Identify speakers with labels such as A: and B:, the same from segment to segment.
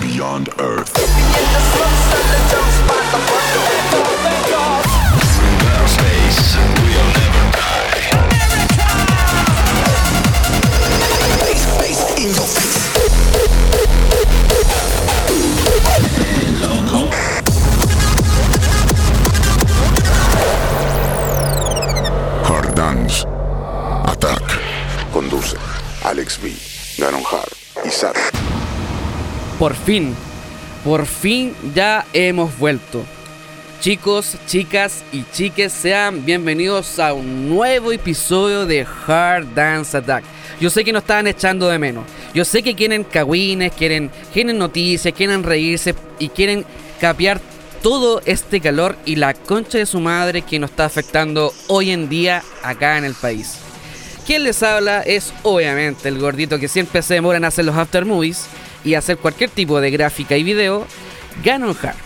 A: Beyond Earth.
B: Space will never die.
A: Hard Dance. Attack.
C: Conduce Alex B, Garon Hart y Sar.
D: Por fin, por fin ya hemos vuelto. Chicos, chicas y chiques, sean bienvenidos a un nuevo episodio de Hard Dance Attack. Yo sé que nos estaban echando de menos. Yo sé que quieren cagüines, quieren, quieren noticias, quieren reírse y quieren capear todo este calor y la concha de su madre que nos está afectando hoy en día acá en el país. Quien les habla es obviamente el gordito que siempre se demora en hacer los after movies y hacer cualquier tipo de gráfica y video, Ganon Hart.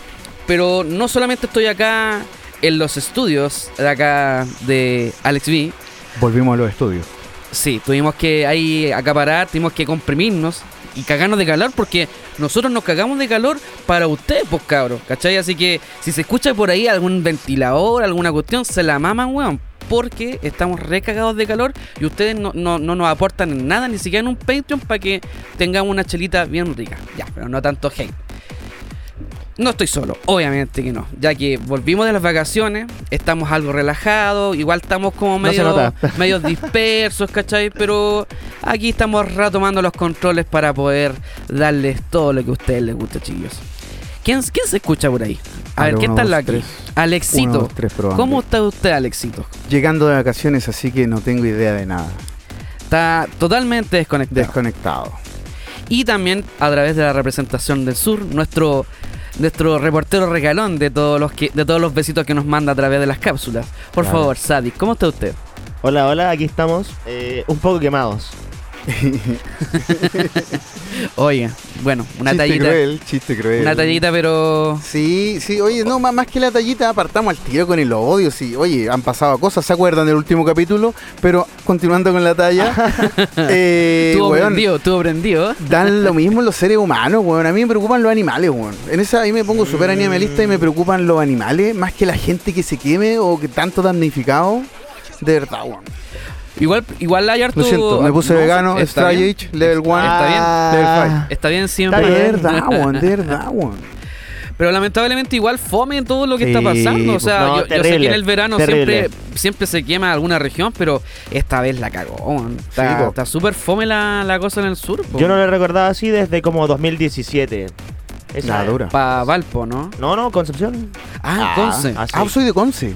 D: Pero no solamente estoy acá en los estudios de acá de Alex B.
E: Volvimos a los estudios.
D: Sí, tuvimos que ahí acaparar, tuvimos que comprimirnos y cagarnos de calor porque nosotros nos cagamos de calor para ustedes, pues cabros, ¿cachai? Así que si se escucha por ahí algún ventilador, alguna cuestión, se la maman, weón. Porque estamos recagados de calor y ustedes no, no- no nos aportan en nada, ni siquiera en un Patreon, para que tengamos una chelita bien rica. Ya, pero no tanto hate. No estoy solo, obviamente que no, ya que volvimos de las vacaciones, estamos algo relajados, igual estamos como
E: No se
D: medio,
E: nota.
D: medio dispersos, ¿cachai? Pero aquí estamos retomando los controles para poder darles todo lo que a ustedes les gusta, chicos. ¿Quién, quién se escucha por ahí? A
E: A
D: ver,
E: ver,
D: ¿quién
E: uno,
D: está en la
E: dos,
D: aquí?
E: tres. Uno,
D: Alexito.
E: dos, tres, probando.
D: ¿Cómo está usted, Alexito?
E: Llegando de vacaciones, así que no tengo idea de nada.
D: Está totalmente desconectado.
E: Desconectado.
D: y también a través de la representación del sur, nuestro nuestro reportero regalón de todos los que, de todos los besitos que nos manda a través de las cápsulas. Por
E: Claro.
D: favor, Sadik, ¿cómo está usted?
F: Hola, hola, aquí estamos. eh, un poco quemados.
D: Oye, bueno, una
E: chiste
D: tallita,
E: cruel, chiste cruel.
D: una tallita, pero
E: Sí, sí, oye, no, ma- más que la tallita, apartamos al tiro con el odio, sí, oye, han pasado cosas, ¿se acuerdan del último capítulo? Pero continuando con la talla, eh,
D: estuvo
E: weón,
D: prendido, estuvo prendido.
E: dan lo mismo los seres humanos, weón, a mí me preocupan los animales, weón. En esa ahí me pongo súper animalista y me preocupan los animales, más que la gente que se queme o que tanto damnificado, de verdad, weón.
D: Igual, igual hay harto.
E: Lo siento, me puse
D: No,
E: vegano,
D: está
E: Stray
D: bien.
E: Age, level 1.
D: Está bien.
E: Level five.
D: Está bien siempre.
E: De verdad, weón, de verdad, weón.
D: Pero lamentablemente igual fome todo lo que está
E: Sí,
D: pasando. O sea, yo,
F: no,
D: yo sé que
F: terrible,
D: en el verano
F: terrible.
D: siempre, siempre se quema alguna región, pero esta vez la cagó. weón.
E: Sí,
D: Está
E: po.
D: está súper fome la, la cosa en el sur. po.
F: Yo no lo he recordado así desde como 2017. Esa
E: La dura.
D: Pa' Valpo, ¿no?
F: No, no, Concepción.
D: Ah, entonces.
F: así.
E: Ah, soy de Conce.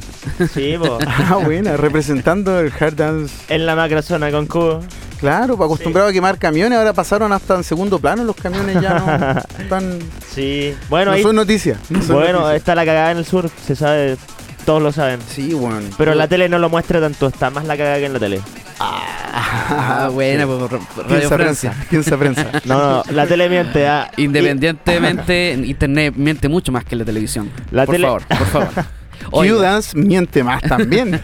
F: Sí, po.
E: Ah, buena, representando el hard dance.
F: En la macrozona con Cubo.
E: Claro, pues acostumbrado a quemar camiones, ahora pasaron hasta en segundo plano los camiones ya no están.
F: Sí.
E: no
F: Bueno, ahí.
E: son noticias. no son
F: bueno,
E: noticias.
F: está la cagada en el sur, se sabe. Todos lo saben.
E: Sí, bueno.
F: Pero la tele no lo muestra tanto, está más la cagada que en la tele.
D: Ah, buena, pues, ra- Radio
E: Piensa
D: Francia.
E: prensa, piensa prensa.
F: No, no, la tele miente. ah.
D: Independientemente, Internet miente mucho más que la televisión.
F: La
D: por
F: tele-
D: favor, por favor. Oiga,
E: Q Dance miente más también.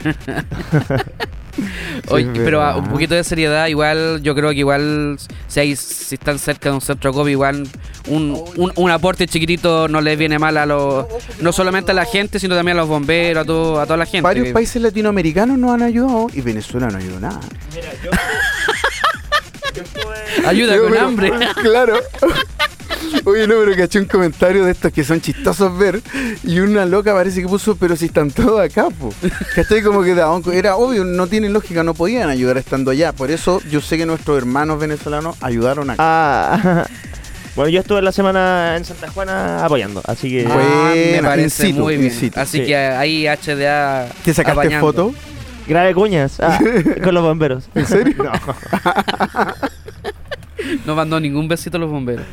D: Oye,
E: es
D: pero ah,
E: verdad.
D: un poquito de seriedad, igual yo creo que igual si hay, si están cerca de un centro COVID, igual un, un, un aporte chiquitito no les viene mal a los, no solamente a la gente, sino también a los bomberos, a, todo, a toda la gente.
E: Varios
D: que-
E: países latinoamericanos nos han ayudado y Venezuela no ayudó nada.
D: Ayuda
E: Yo,
D: con
E: pero-
D: hambre.
E: Claro. Oye, no, pero caché un comentario de estos que son chistosos ver. Y una loca parece que puso, pero si están todos acá, po. Cachai, como que da- era obvio, no tiene lógica, no podían ayudar estando allá. Por eso yo sé que nuestros hermanos venezolanos ayudaron acá.
F: Ah, bueno, yo estuve la semana en Santa Juana apoyando, así que.
E: Ah.
D: me
E: Buena,
D: parece
E: in situ,
D: muy
E: in
D: bien.
E: situ.
D: Así
F: Sí.
D: que ahí HDA.
E: ¿Te sacaste
D: apañando.
E: foto?
F: Grave cuñas ah, con los bomberos.
E: ¿En serio?
D: No mandó ningún besito a los bomberos.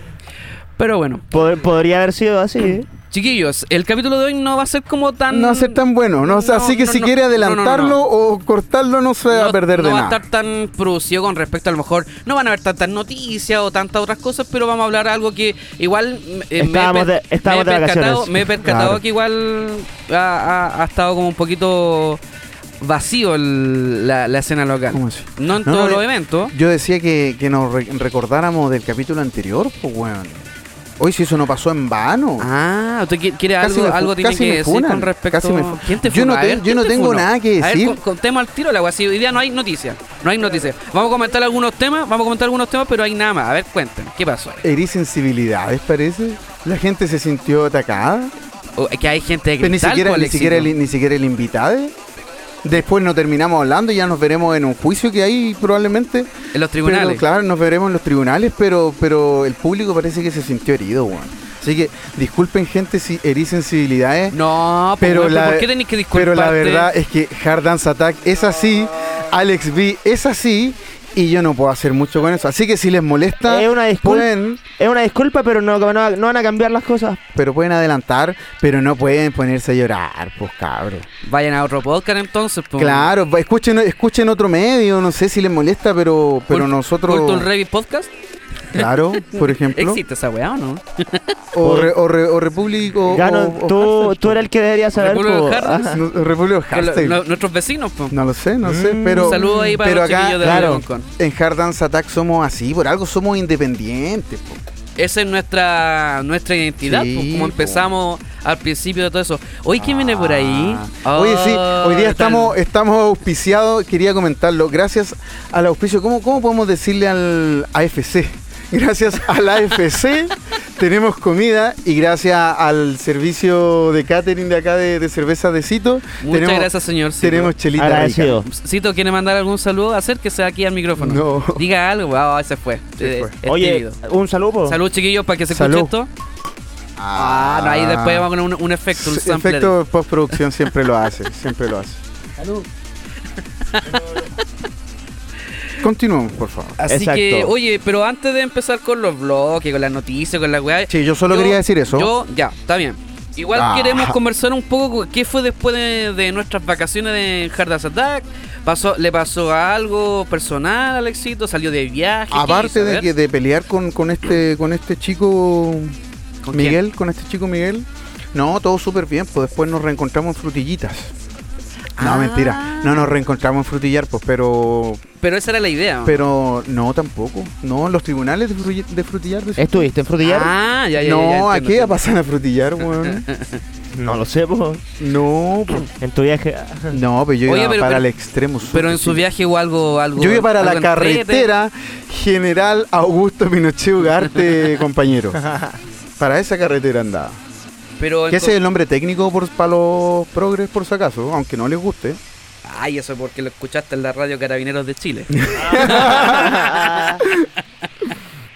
D: Pero bueno,
F: Pod- podría haber sido así. ¿eh?
D: chiquillos, el capítulo de hoy no va a ser como tan.
E: Mm, No va a ser tan bueno. No, O sea,
D: No,
E: así que
D: no,
E: si
D: no.
E: quiere
D: No, no, no,
E: adelantarlo
D: no.
E: o cortarlo, no se va a perder
D: no
E: de
D: va
E: nada.
D: a estar tan producido con respecto a lo mejor no van a haber tantas noticias o tantas otras cosas pero vamos a hablar algo que igual eh,
F: Estábamos
D: me, he
F: de-
D: per-
F: estábamos
D: me he
F: de vacaciones.
D: percatado, me he percatado
E: Claro.
D: que igual ha, ha- ha estado como un poquito vacío el- la, la escena local
E: ¿Cómo así?
D: no en
E: No, no,
D: todos los
E: eh,
D: eventos
E: Yo decía que, que nos re- recordáramos del capítulo anterior, pues, weón. Hoy si eso no pasó en vano.
D: Ah, ¿usted qui- quiere
E: Casi
D: algo,
E: me fu-
D: algo tiene
E: casi
D: que
E: me
D: decir
E: funan,
D: con respecto
E: casi me fu-
D: ¿Quién te
E: Yo no
D: funó? A
E: te-
D: ver,
E: yo
D: ¿quién
E: no
D: te
E: tengo
D: funó?
E: nada que
D: A ver,
E: decir.
D: con- contemos al tiro la agua. Si hoy día no hay noticias, no hay noticias. Vamos a comentar algunos temas, vamos a comentar algunos temas, pero hay nada más. A ver, cuéntame, ¿qué pasó?
E: Herí sensibilidades, parece. La gente se sintió atacada.
D: O- es que hay gente de
E: Pero ni
D: cristal,
E: siquiera,
D: pues,
E: ni,
D: Alexito.
E: siquiera el, ni siquiera el invitado. Después nos terminamos hablando y ya nos veremos en un juicio que hay probablemente.
D: en los
E: Pero,
D: tribunales.
E: claro, nos veremos en los tribunales, pero, pero el público parece que se sintió herido, weón. Así que disculpen gente si herí sensibilidades.
D: No, pues,
E: Pero
D: weón,
E: la-
D: ¿por qué tenés que disculparte?
E: Pero la verdad es que Hard Dance Attack es así, Alex B es así, y yo no puedo hacer mucho con eso. Así que si les molesta,
F: Es una disculpa.
E: pueden,
F: Es una disculpa, pero no, no, no van a cambiar las cosas.
E: pero pueden adelantar, pero no pueden ponerse a llorar, pues cabros.
D: Vayan a otro podcast entonces, pues.
E: Claro, va, escuchen, escuchen otro medio, no sé si les molesta, pero, pero
D: Cult-
E: nosotros.
D: Culture Revit Podcast.
E: Claro, por ejemplo.
D: ¿Existe esa weá o no?
E: O, re- o re- o República. o-
F: Ya no,
E: o- o
F: tú,
E: hashtag,
F: tú eres el que deberías saber.
D: República
F: po.
D: de Harris.
F: Ajá.
E: no, República
D: Ah, Que lo-
E: hashtag.
D: no- nuestros vecinos, pues.
E: No lo sé, no sé,
F: Mm.
E: pero.
D: Un saludo ahí para
E: pero
D: los
E: acá,
D: chiquillos de
E: claro,
D: Radio Concon.
E: En Hard Dance Attack somos así, por algo somos independientes. po.
D: Esa es nuestra nuestra identidad,
E: Sí,
D: pues, como
E: po.
D: empezamos al principio de todo eso. Hoy, ¿quién viene por ahí?
E: Ah. Oye, sí, hoy día
D: Oh, están-
E: estamos, estamos auspiciados, quería comentarlo, gracias al auspicio, ¿cómo, cómo podemos decirle al AFC? Gracias al AFC tenemos comida y gracias al servicio de catering de acá de, de cerveza de Cito,
D: Muchas
E: eh, tenemos,
D: gracias, señor. Cito.
E: tenemos chelita rica.
F: Agradecido.
D: Cito, ¿quiere mandar algún saludo? Acérquese aquí al micrófono.
E: No.
D: Diga algo. Ah, se fue. Eh,
E: fue.
D: es
F: Ah, Oye,
D: tímido.
F: un saludo. po.
D: Salud, chiquillos, para que se
E: Salud.
D: escuche esto. Ah, no, ahí después vamos con un, un efecto, un
E: S-
D: sampler.
E: Efecto de postproducción siempre lo hace, siempre lo hace. Continuamos, por favor.
D: Así
F: Exacto.
D: que, oye, pero antes de empezar con los bloques, con las noticias, con la weá.
E: Sí, yo solo quería decir eso.
D: Yo, ya, está bien. Igual
E: Ah.
D: queremos conversar un poco con- qué fue después de, de nuestras vacaciones de Hard Ass Attack. Pasó, ¿Le pasó algo personal, Alexito? ¿Salió de viaje? ¿Qué hizo?
E: Aparte
D: A
E: de,
D: ver,
E: que, de pelear con, con este con este chico
D: ¿con quién?
E: Miguel, con este chico Miguel, no, todo súper bien, pues después nos reencontramos en frutillitas. No,
D: Ah.
E: mentira, no nos reencontramos en frutillar, pues, pero
D: Pero esa era la idea. ¿no?
E: pero no tampoco. No, los tribunales de, Frutillar- de frutillar. de-
F: ¿Estuviste en Frutillar?
D: Ah, Este, ya, ya, ya,
E: no,
D: ya,
E: ¿a
D: entiendo,
E: qué
D: entiendo.
E: pasan a frutillar, weón?
F: No lo sé, po.
E: No, pues,
F: En tu viaje.
E: no, pero yo
D: Oye,
E: iba
D: pero-
E: para
D: pero-
E: el extremo sur.
D: Pero en su
E: sí.
D: viaje o algo... algo
E: Yo iba para
D: algo
E: la
D: en rete.
E: carretera General Augusto Pinochet Ugarte, compañero. Para esa carretera andaba.
D: Pero
E: Que
D: en
E: ese es el nombre técnico por, para los progres, por si acaso, aunque no les guste.
D: Ay, eso porque lo escuchaste en la radio Carabineros de Chile.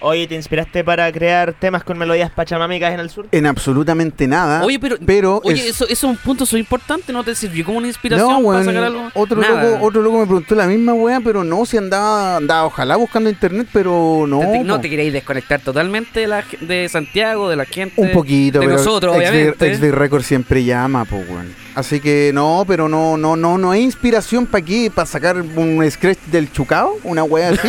F: Oye, ¿te inspiraste para crear temas con melodías pachamámicas en el sur?
E: En absolutamente nada.
D: Oye, pero, oye,
E: Ah, es-
D: eso, eso es un punto súper importante, ¿no te sirvió como una inspiración
E: No,
D: para
E: weón,
D: sacar algo?
E: otro
D: Nada.
E: loco, otro loco me preguntó la misma weá, pero no, si andaba, andaba ojalá buscando internet, pero no.
D: Te- te- no
E: po.
D: te queréis desconectar totalmente de, la ge- de Santiago, de la gente.
E: Un poquito,
D: de
E: pero
D: nosotros,
E: Xvid-
D: obviamente.
E: Xvid Record siempre llama, pues, weón. Así que no, pero no, no, no, no hay inspiración para qué, para sacar un scratch del chucao, una weá así.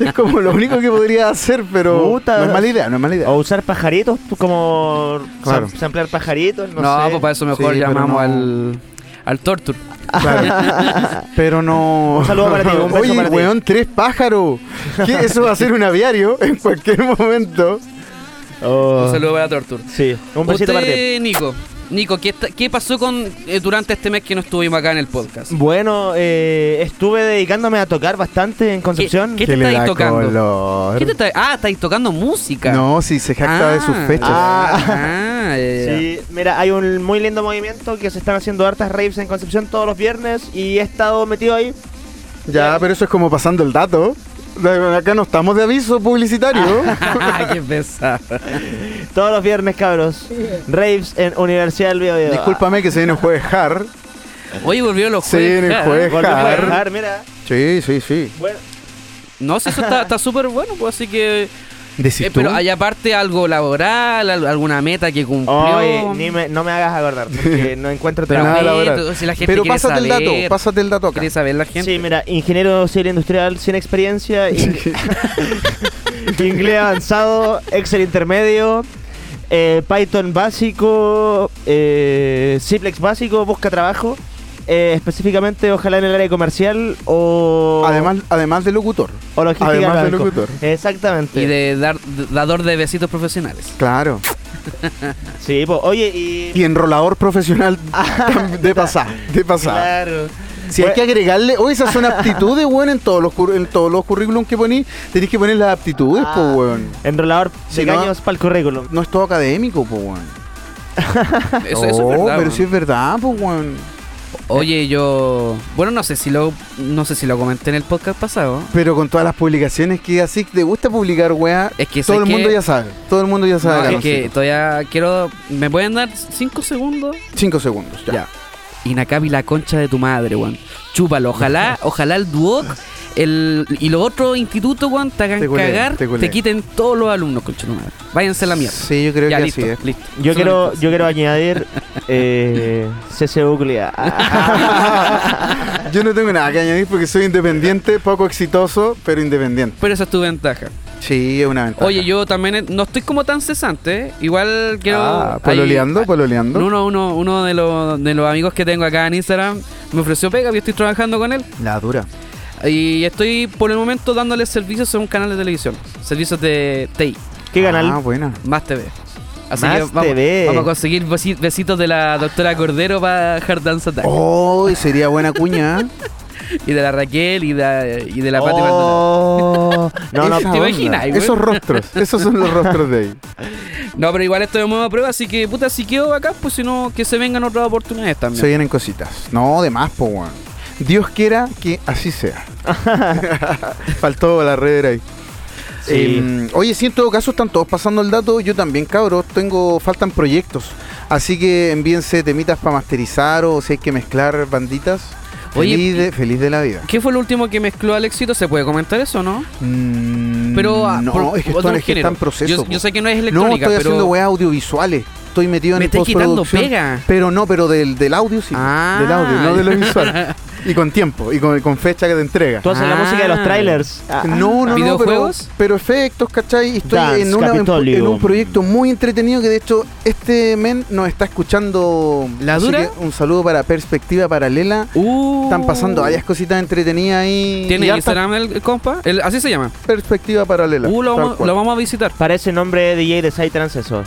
E: es como lo único que podría hacer, pero
F: Puta. Oh,
E: no es mala idea, no es mala idea.
F: O usar pajaritos, pues, como
E: Claro.
F: sam- samplear pajaritos, no,
D: no,
F: sé.
D: pues para eso mejor
E: Sí, pero
D: llamamos
E: no.
D: al, al Torture.
E: Claro. Pero no.
F: Un saludo para ti, un beso
E: Oye,
F: para ti.
E: weón, tres pájaros. ¿Qué? Eso va a ser un aviario en cualquier momento.
F: Oh,
E: Ah.
D: Un saludo para Torture.
F: Sí, un besito para ti.
D: Usted, Nico. Nico, ¿qué, está- qué pasó con eh, durante este mes que no estuvimos acá en el podcast?
F: Bueno, eh, estuve dedicándome a tocar bastante en Concepción.
D: ¿Qué te
E: Que le
D: estáis
E: da
D: tocando?
E: color.
D: ¿Qué te Ah. está- ah, estáis tocando música.
E: No, si se jacta de sus fechas.
D: Ah, ah, ya, ya, ya.
F: Sí, mira, hay un muy lindo movimiento que se están haciendo hartas raves en Concepción todos los viernes y he estado metido ahí.
E: Ya, pero eso es como pasando el dato. Acá no estamos de aviso publicitario.
D: Ah. qué pesado.
F: Todos los viernes, cabros. Raves en Universidad del Biobío.
E: Discúlpame que se viene jueves Har.
D: Oye, volvieron los
E: Se
D: jueves.
E: viene
D: ja.
E: jueves.
F: Volvemos Ah, a
E: Jar.
F: dejar, mira.
E: Sí, sí, sí.
F: Bueno,
D: No, si eso está está súper bueno, pues así que.
E: Decís
D: Eh,
E: tú.
D: pero hay aparte algo laboral, al- alguna meta que cumplió.
F: oye, ni me- no me hagas acordar porque no encuentro
E: Pero
F: trabajo.
E: nada
D: Pero,
E: laboral.
D: oye, si la gente
E: Pero
D: quiere
E: pásate el dato,
D: saber.
E: pásate el dato acá.
D: ¿Querés saber la gente?
F: Sí, mira, ingeniero civil industrial sin experiencia, in- inglés avanzado, Excel intermedio, eh, Python básico, eh, Ciplex básico, busca trabajo. eh, específicamente ojalá en el área comercial o
E: Además, además de locutor.
F: o logística
E: además
F: del
E: de
F: banco.
E: locutor.
F: Exactamente.
D: Y de dar, d- dador de besitos profesionales.
E: Claro.
F: Sí, po. oye, y...
E: Y enrolador profesional de pasar. De pasar.
F: Claro.
E: Si hay que agregarle, o esas son aptitudes, weón, en todos los cur- en todos los currículums que ponís, tenés que poner las aptitudes,
F: Ah.
E: po, weón.
F: Enrolador
E: Si
F: de
E: no-
F: caños para el currículum.
E: No es todo académico, po, weón.
D: Eso,
E: No,
D: eso es verdad.
E: Oh, pero
D: weón.
E: sí es verdad, po, weón.
D: Oye, yo. Bueno, no sé si lo no sé si lo comenté en el podcast pasado.
E: Pero con todas las publicaciones que así te gusta publicar, weá,
D: Es que sé
E: todo el
D: que-
E: mundo ya sabe. Todo el mundo ya
D: No,
E: sabe.
D: es que
E: Carloncito.
D: todavía quiero. ¿Me pueden dar cinco segundos?
E: Cinco segundos, ya.
D: Ya. Inakapi la concha de tu madre, weón. Chúpalo. Ojalá, ojalá el Duoc el, y los otros institutos, weón, te hagan
E: Te culen,
D: cagar,
E: te
D: te,
E: culen.
D: quiten todos los alumnos, concha de tu madre. Váyanse a la mierda.
E: Sí, yo creo
D: ya,
E: que
D: listo,
E: así es.
D: listo.
F: Yo
D: Son
F: quiero,
D: listos.
F: yo quiero añadir eh, CCU Culia.
E: Ah, Yo no tengo nada que añadir porque soy independiente, poco exitoso, pero independiente.
D: Pero esa es tu ventaja.
E: Sí, es una ventaja.
D: Oye, yo también eh, no estoy como tan cesante, eh. igual quiero...
E: Ah,
D: ahí-
E: pololeando, pololeando.
D: Uno, uno, uno de, los, de los amigos que tengo acá en Instagram me ofreció pega y estoy trabajando con él.
E: La dura.
D: Y estoy por el momento dándole servicios a un canal de televisión. Servicios de TI,
F: ¿Qué canal?
E: Ah, buena.
D: más TV. Así
F: Más
D: que vamos,
F: TV.
D: vamos a conseguir besi- besitos de la doctora Cordero para Hard Dance Attack.
E: Oh, sería buena cuña. ¿eh?
D: Y de la Raquel y de, y de la Pati Maldonado.
F: Oh, no, no,
E: Esa
D: ¿te
E: onda.
D: imaginas, güey?
E: Esos rostros, esos son los rostros de ahí.
D: No, pero igual estoy de modo a prueba, así que puta, si quedo acá, pues si no, que se vengan otras oportunidades también.
E: Se vienen cositas. No, de más, po, weón. Dios quiera que así sea. Faltó la red ahí.
F: Sí.
E: Eh, oye, sí, en todo caso están todos pasando el dato. Yo también, cabros, tengo, faltan proyectos. Así que envíense temitas para masterizar o si hay que mezclar banditas.
D: Oye,
E: feliz, de, feliz de la vida.
D: ¿Qué fue lo último que mezcló Alexito? ¿Se puede comentar eso, no?
E: Mm,
D: Pero ah,
E: no,
D: por
E: es que,
D: otro
E: esto, es que
D: género.
E: está en proceso.
D: Yo,
E: po.
D: yo sé que no es
E: no, estoy
D: electrónica, pero
E: haciendo weas audiovisuales. Estoy metido en
D: me
E: el
D: estáis quitando
E: postproducción.
D: pega.
E: Pero no, pero del, del audio sí.
D: Ah.
E: Del audio, no de lo visual. y con tiempo, y con, con fecha de entrega.
F: Tú haces la
D: Ah.
F: música de los trailers. Ah,
E: No, no, no,
D: ¿Videojuegos?
E: Pero, pero efectos, ¿cachai? Y Estoy
F: Dance
E: en, una- en-
F: Capitolium.
E: en un proyecto muy entretenido que de hecho este men nos está escuchando.
D: ¿La
E: Así
D: dura?
E: que un saludo para Perspectiva Paralela.
D: Uh.
E: Están pasando varias cositas entretenidas ahí.
D: ¿Tiene
E: y hartas
D: Instagram el el compa? El- así se llama.
E: Perspectiva Paralela.
D: Uh, lo,
E: tal
D: vamos,
E: cual.
D: lo vamos a visitar.
F: Parece nombre de DJ de Psytrance eso.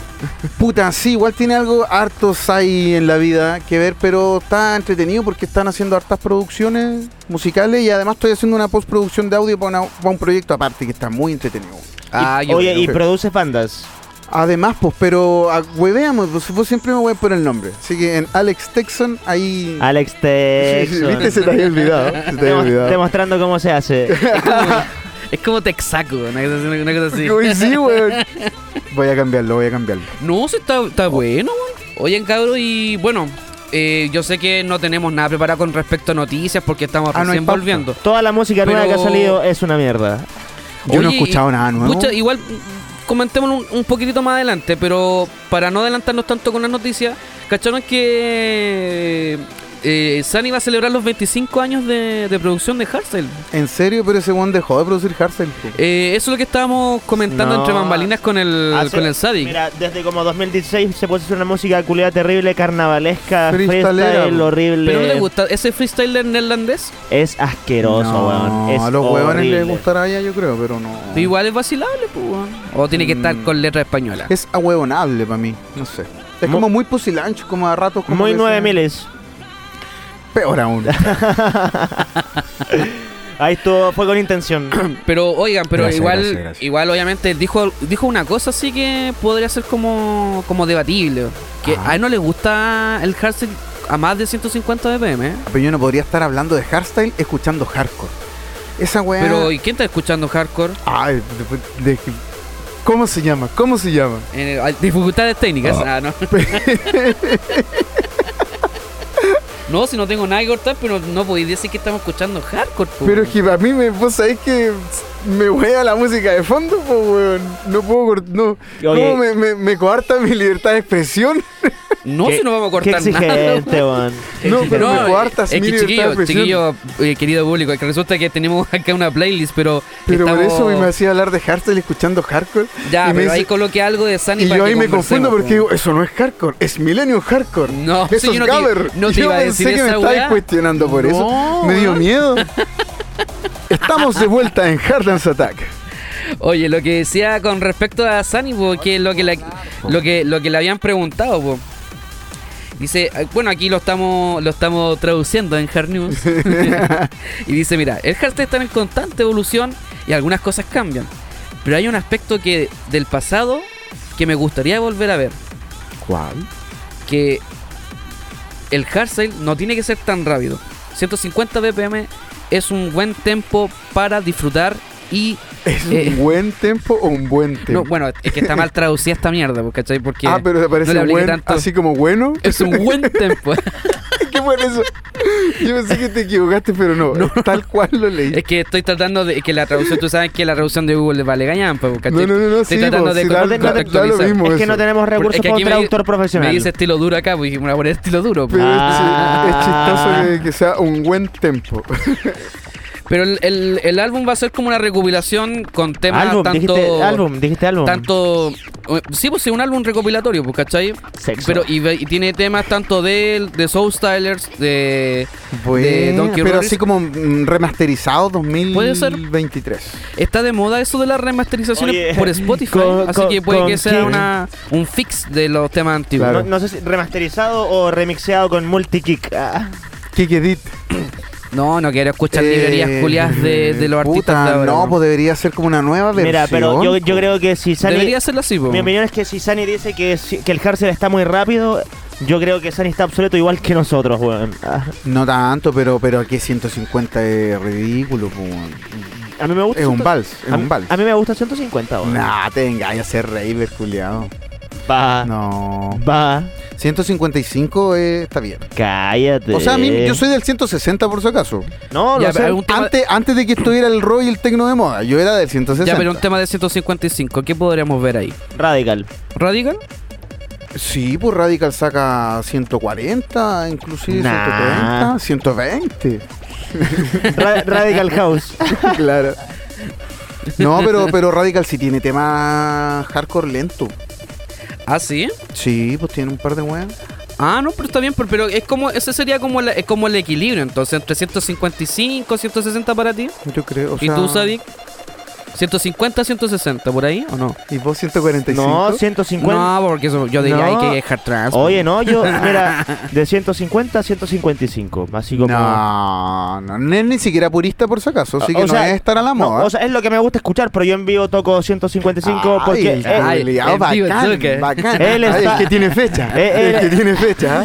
E: Puta, sí, igual tiene algo hartos ahí en la vida que ver, pero está entretenido porque están haciendo hartas producciones musicales y además estoy haciendo una postproducción de audio para, una- para un proyecto aparte que está muy entretenido.
D: Ah, yo
F: Oye, y
E: creo.
F: produces bandas.
E: Además, pues, pero ah, hueveamos, pues, vos siempre me hueveas por el nombre. Así que en Alex Texon, ahí...
F: Alex
E: Viste, se
F: Texon.
E: te había olvidado. Se te había
F: Demo-
E: olvidado.
F: Demostrando cómo se hace.
D: es como Texaco, una cosa así. una cosa así.
E: Uy, sí, weón. Voy a cambiarlo, voy a cambiarlo.
D: No, sí está, está bueno, weón. Oigan, cabros, y bueno, eh, yo sé que no tenemos nada preparado con respecto a noticias porque estamos
E: Ah, no hay
D: recién
E: pauta.
D: volviendo.
F: Toda la música nueva que ha
D: Pero-
F: salido es una mierda.
E: Yo no he
D: Oye,
E: escuchado nada nuevo.
D: Pucha, igual mm, comentémoslo un, un poquitito más adelante, pero para no adelantarnos tanto con las noticias, ¿cacharon que eh, Sani va a celebrar los 25 años de, de producción de Hardstyle?
E: En serio, pero ese weón dejó de producir Hardstyle. po.
D: Eh, eso es lo que estábamos comentando
F: No.
D: entre bambalinas con el,
F: Hace-
D: con el Sadik.
F: Mira, desde como 2016 se puso una música culiada terrible, carnavalesca,
E: Freestalera,
F: freestyle,
E: bro.
F: horrible.
D: ¿Pero no te gusta ese freestyler neerlandés?
F: Es asqueroso,
E: No,
F: weón. Es
E: a los huevones
F: horrible.
E: les gustará ya, yo creo, pero no.
D: Igual es vacilable, pues, weón. O tiene que estar
E: Mm.
D: con letra española.
E: Es ahuevonable para mí, no sé. Es
F: Mu-
E: como muy pusilancho, como a ratos. Como
F: Muy
E: que
F: 9000
E: sea-
F: es.
E: Peor aún.
F: Ahí estuvo, fue con intención.
D: Pero oigan, pero
E: Gracias,
D: igual,
E: gracias, gracias.
D: igual obviamente dijo, dijo una cosa así que podría ser como, como debatible. Que
E: Ajá.
D: a él no le gusta el hardstyle a más de 150 BPM, ¿eh?
E: pero yo no podría estar hablando de hardstyle escuchando hardcore. Esa weá.
D: Pero ¿y quién está escuchando hardcore?
E: Ay, de- de- ¿Cómo se llama? ¿Cómo se llama?
D: Eh, hay dificultades técnicas. Ah, no. no, si no tengo nada que cortar, pero no podéis decir que estamos escuchando hardcore. pues. po.
E: Pero es que a mí me, vos sabés que me huea la música de fondo, po, weón. No puedo cort- no.
F: Oye.
E: ¿Cómo me, me- me coarta mi libertad de expresión?
D: No,
F: Qué-
D: si no vamos a
F: Qué
D: cortar nada.
F: exigente, weón.
E: No, pero
D: No, eh,
E: me coartas
D: es
E: mi
D: que
E: libertad de
D: chiquillo, chiquillo,
E: expresión.
D: eh, querido público, es que resulta que tenemos acá una playlist, pero.
E: Pero por
D: estamos-
E: eso me hacía hablar de hardstyle escuchando hardcore.
D: Ya,
E: y me
D: pero ahí
E: dice-
D: coloqué algo de Sunny
E: y
D: para
E: yo
D: que
E: ahí me
D: conversemos,
E: confundo porque
D: po.
E: digo, eso no es hardcore, es Millennium Hardcore.
D: No,
E: eso
D: sí, yo
E: es
D: no te-
E: gabber.
D: no te
E: yo
D: iba a
E: pensé
D: decir
E: que me
D: esa
E: estabais
D: weá.
E: cuestionando por
D: No,
E: eso. Me dio
D: weón.
E: miedo. Estamos de vuelta en Hardlands Attack.
D: Oye, lo que decía con respecto a Sunny, po, que es lo que, la- lo, que, lo que le habían preguntado, po. Dice, eh, bueno, aquí lo estamos, lo estamos traduciendo en Hard News. y dice, mira, el hardstyle está en constante evolución y algunas cosas cambian. Pero hay un aspecto que del pasado que me gustaría volver a ver.
E: ¿Cuál?
D: que el hardstyle no tiene que ser tan rápido. 150 BPM es un buen tempo para disfrutar y...
E: ¿Es
D: Eh.
E: un buen tempo o un buen tempo?
D: No, bueno, es que está mal traducida esta mierda, po, ¿cachai? Porque
E: ah, pero te parece
D: no le apliqué
E: buen,
D: tanto.
E: así como bueno.
D: Es un buen tempo.
E: ¿Qué bueno eso? Yo pensé que te equivocaste, pero no. Tal cual lo leí.
D: es que estoy tratando de... que la traducción, tú sabes que la traducción de Google vale gallampa, po,
E: No,
D: ¿cachai?
E: no, no, no,
D: Estoy
E: sí,
D: tratando
E: pues,
D: de
E: sí, da- da- da lo
D: contextualizar.
E: mismo
F: Es que
E: eso.
F: no tenemos recursos
D: Porque
F: para un
D: aquí me di-
F: traductor profesional.
D: Me dice estilo duro acá, pues dije, me voy a poner estilo duro. po.
E: Pero es chi-
F: Ah.
E: es, chistoso que, que sea un buen tempo.
D: Pero el, el- el álbum va a ser como una recopilación con temas
F: álbum,
D: tanto...
F: dijiste álbum, dijiste álbum.
D: tanto eh, sí pues es un álbum recopilatorio pues ¿cachai?
F: Sexo.
D: pero y, ve- y tiene temas tanto de él de Soulstylers de de
E: Bueno,
D: Donkey
E: pero
D: Rollers.
E: así como mm, remasterizado 2023.
D: está de moda eso de las remasterizaciones
F: Oye,
D: por Spotify
F: con-
D: así que
F: con-
D: puede
F: con
D: que sea
F: quién.
D: una un fix de los temas antiguos
E: Claro.
F: No, no sé si remasterizado o remixeado con multikick. Ah,
E: Kike Edit.
D: no no quiero escuchar librerías culiadas de, de los artistas de ahora,
E: Eh, No,
D: ¿no?
E: pues debería ser como una nueva versión.
F: mira, pero yo, yo creo que si Sunny.
D: debería serlo así pues
F: Mi opinión es que si Sunny dice que, si- que el Harsel está muy rápido, yo creo que Sunny está obsoleto igual que nosotros, weón. Ah,
E: No tanto, pero, pero aquí 150 es ridículo. po.
F: A mí me gusta.
E: Es un
F: ciento-
E: vals, es
F: a,
E: un vals.
F: a mí me gusta 150, weón.
E: Nah, te engañas a ser raver, culiao.
F: Va.
E: No.
F: Va.
E: 155 eh, está bien.
F: Cállate.
E: O sea, a mí, yo soy del 160 por si acaso.
F: No,
D: Ya,
F: lo sé.
D: pero un tema-
E: Antes, antes de que estuviera el rock y el tecno de moda, yo era del 160.
D: ya pero un tema de 155 qué podríamos ver ahí
F: Radical.
D: Radical
E: Sí, pues Radical saca 140, inclusive 140,
F: Nah.
E: 120.
F: Ra- Radical House.
E: claro. No, pero, pero Radical sí tiene tema hardcore lento.
D: ah sí
E: Sí, pues tiene un par de weas.
D: Ah, no, pero está bien, pero- pero es como, ese sería como, la- es como el equilibrio, entonces, entre 155, 160 para ti.
E: Yo creo. o
D: ¿Y
E: sea,
D: tú, Sadik? 150, 160, por ahí, ¿o no?
E: ¿Y vos 145?
F: No, 150.
D: No, porque eso, yo diría
F: No.
D: hay que dejar trans.
F: Oye, no, yo, mira, de 150 a 155, así como...
E: No, no, no es ni siquiera purista por si acaso, así que no es estar a la
F: no,
E: moda.
F: o Ah, sea, es lo que me gusta escuchar, pero yo en vivo toco 155
E: ¿eh? Ay,
F: porque...
E: el
F: eh,
D: ay,
E: culiao,
D: el tío
E: bacán,
D: Zucker.
E: bacán.
F: Él
E: Ay,
F: está-
E: el que tiene fecha.
F: Eh, él-
E: el que tiene fecha.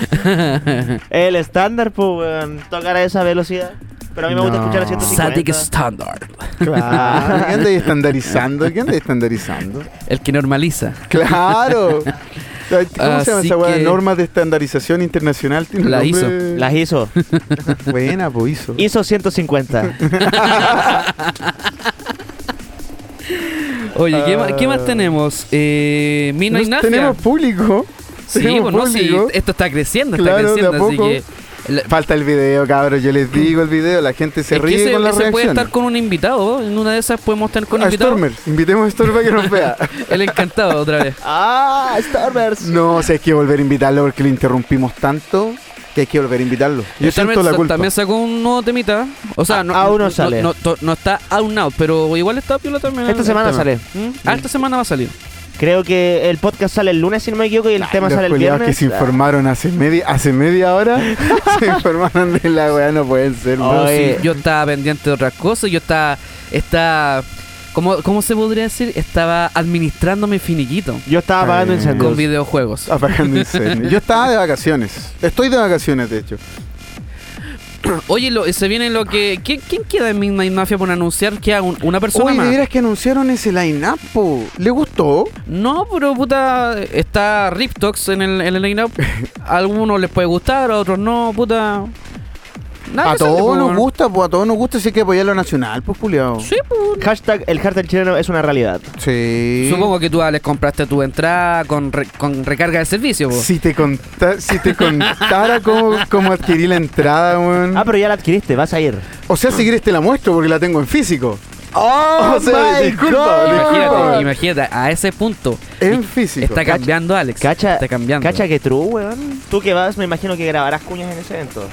F: el estándar, pues, weón, tocar a esa velocidad. Pero a mí me gusta
E: No.
F: escuchar a 150.
D: Sadik Standard,
E: Claro. ¿Qué andáis estandarizando? ¿Qué andáis estandarizando?
D: el que normaliza.
E: Claro. Ay, ¿Cómo se llama
D: Así
E: esa weá?
D: que-
E: Normas de estandarización internacional. Tiene un
D: La
E: nombre-
D: ISO.
F: Las hizo.
E: Buena, pues ISO.
F: Hizo 150.
D: Oye, ¿qué, ma- qué más
E: Ah.
D: tenemos? Eh, Mina
E: Nos-
D: Ignacia.
E: tenemos público.
D: sí,
E: tenemos
D: pues no, sí,
E: público.
D: esto está creciendo, está
E: Claro, de a
D: creciendo, así
E: poco.
D: que... la-
E: Falta el video, cabros. Yo les digo el video. La gente se
D: es que
E: ríe
D: ese-
E: con las
D: ese puede
E: reacciones.
D: estar con un invitado, en una de esas podemos estar con un
E: a
D: invitado.
E: Stormer. Invitemos a Stormer para que nos vea.
D: El encantado otra vez.
F: ¡Ah, Starburst!
E: No, o sea, hay que volver a invitarlo porque lo interrumpimos tanto que hay que volver a invitarlo. Yo
D: también,
E: siento la culpa.
D: también sacó un nuevo temita. O sea, no,
F: aún no
D: no,
F: sale.
D: No, to- no está aún out, pero igual está piola también.
F: Esta
D: el
F: semana
D: tema.
F: sale.
D: ¿Mm? Ah, esta semana va a salir.
F: Creo que el podcast sale el lunes, si no me equivoco, y el tema
E: Los
F: sale el
E: culiados
F: viernes.
E: que se informaron hace media, hace media hora, se informaron de la weá, no pueden ser.
D: Pero
E: ¿no?
F: Ay.
D: sí,
F: Oye.
D: yo estaba pendiente de otras cosas. Yo estaba. estaba ¿cómo, ¿Cómo se podría decir? Estaba administrando mi finiquito
F: Yo estaba pagando
E: Eh,
D: con
F: incendios.
D: videojuegos.
E: Apagando incendios. Yo estaba de vacaciones. Estoy de vacaciones, de hecho.
D: Oye, lo- se viene lo que. ¿Quién, quién queda en Midnight Mafia por anunciar? ¿Queda un- una persona
E: Oye, de
D: más?
E: veras que anunciaron ese line-up, po. ¿Le gustó?
D: No, pero puta, está Riptox en el, en el line-up. A algunos les puede gustar, a otros no, puta. Nada
E: a
D: que hacerle,
E: todos
D: po,
E: nos
D: weón.
E: gusta, pues a todos nos gusta, sí que apoyar lo nacional, pues culiao.
D: Sí, po.
F: Hashtag el cartel chileno es una realidad.
E: Sí.
D: Supongo que tú les compraste tu entrada con, re- con recarga de servicio, pues. po.
E: Si te, conta- si te contara cómo, cómo adquirí la entrada, weón.
F: Ah, pero ya la adquiriste, vas a ir.
E: O sea, si quieres te la muestro porque la tengo en físico.
F: ¡Oh,
E: O sea, disculpa,
D: Imagínate,
E: disculpa.
D: imagínate, a ese punto
E: En físico.
D: está cambiando, Alex.
F: Cacha,
D: está cambiando.
F: cacha que true, weón. Tú que vas, me imagino que grabarás cuñas en ese evento.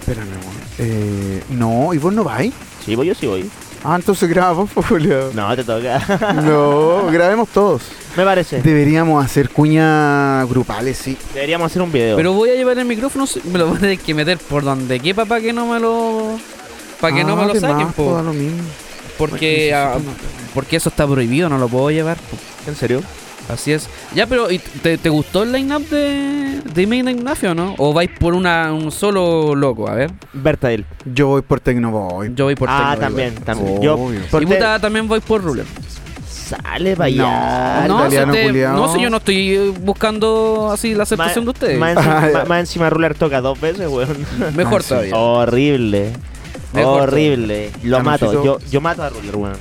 E: Espérame, weón. Eh, no, ¿y vos no vais?
F: Sí, voy, yo sí voy.
E: Ah, entonces grabamos, pues, culiao.
F: No, te toca.
E: No, grabemos todos.
F: me parece.
E: Deberíamos hacer cuñas grupales, sí.
F: Deberíamos hacer un video.
D: Pero voy a llevar el micrófono, sí, me lo voy a tener que meter por donde quepa para que no me lo. Para
E: Ah,
D: que no me lo saquen, po.
E: pues, Lo mismo.
D: porque, ah, porque eso está prohibido, no lo puedo llevar. po.
F: ¿En serio?
D: Así es. Ya, pero ¿y te, te gustó el line-up de, de Made in Mafia o no? ¿O vais por una, un solo loco? A ver,
F: Bertail.
E: Yo voy por Tecnoboy.
D: yo voy por
F: ah,
D: Tecno,
F: también,
D: igual.
F: también.
E: Obvio.
F: Yo,
E: Y
D: Y
F: por te-
D: puta, también voy por Ruler.
F: Sale, vaya.
E: Al
D: No, si
E: italiano
D: usted-
E: culiao.
D: no, si yo no estoy eh, buscando así la aceptación de ustedes.
F: Más encima,
E: Ah, ya.
F: ma- más encima Ruler toca dos veces, weón.
D: Mejor
E: Ah, sí.
D: todavía.
F: Horrible.
D: Mejor
F: Horrible. Lo
E: Ya,
F: mato. Yo,
E: Maxito.
F: yo mato a Ruler, weón.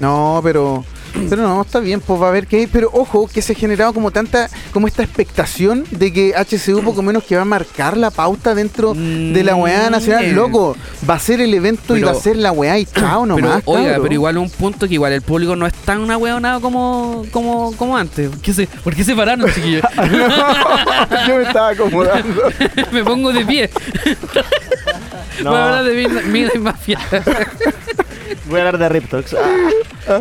E: No, pero. Pero no, está bien, pues va a ver qué hay. Pero ojo, que se ha generado como tanta, como esta expectación de que HCU poco menos que va a marcar la pauta dentro de la weá nacional.
D: Mm.
E: Loco, va a ser el evento y
D: Pero-
E: va a ser la weá y chao
D: Pero,
E: nomás.
D: oiga,
E: cabro.
D: pero igual un punto que igual el público no es tan una hueonada como, como, como antes. ¿Por qué se, por qué se pararon, chiquillos?
E: Yo me estaba acomodando.
D: Me pongo de pie.
F: No.
D: Voy a hablar de Mil- Midnight Mafia.
F: Voy a hablar de Ah, Riptox.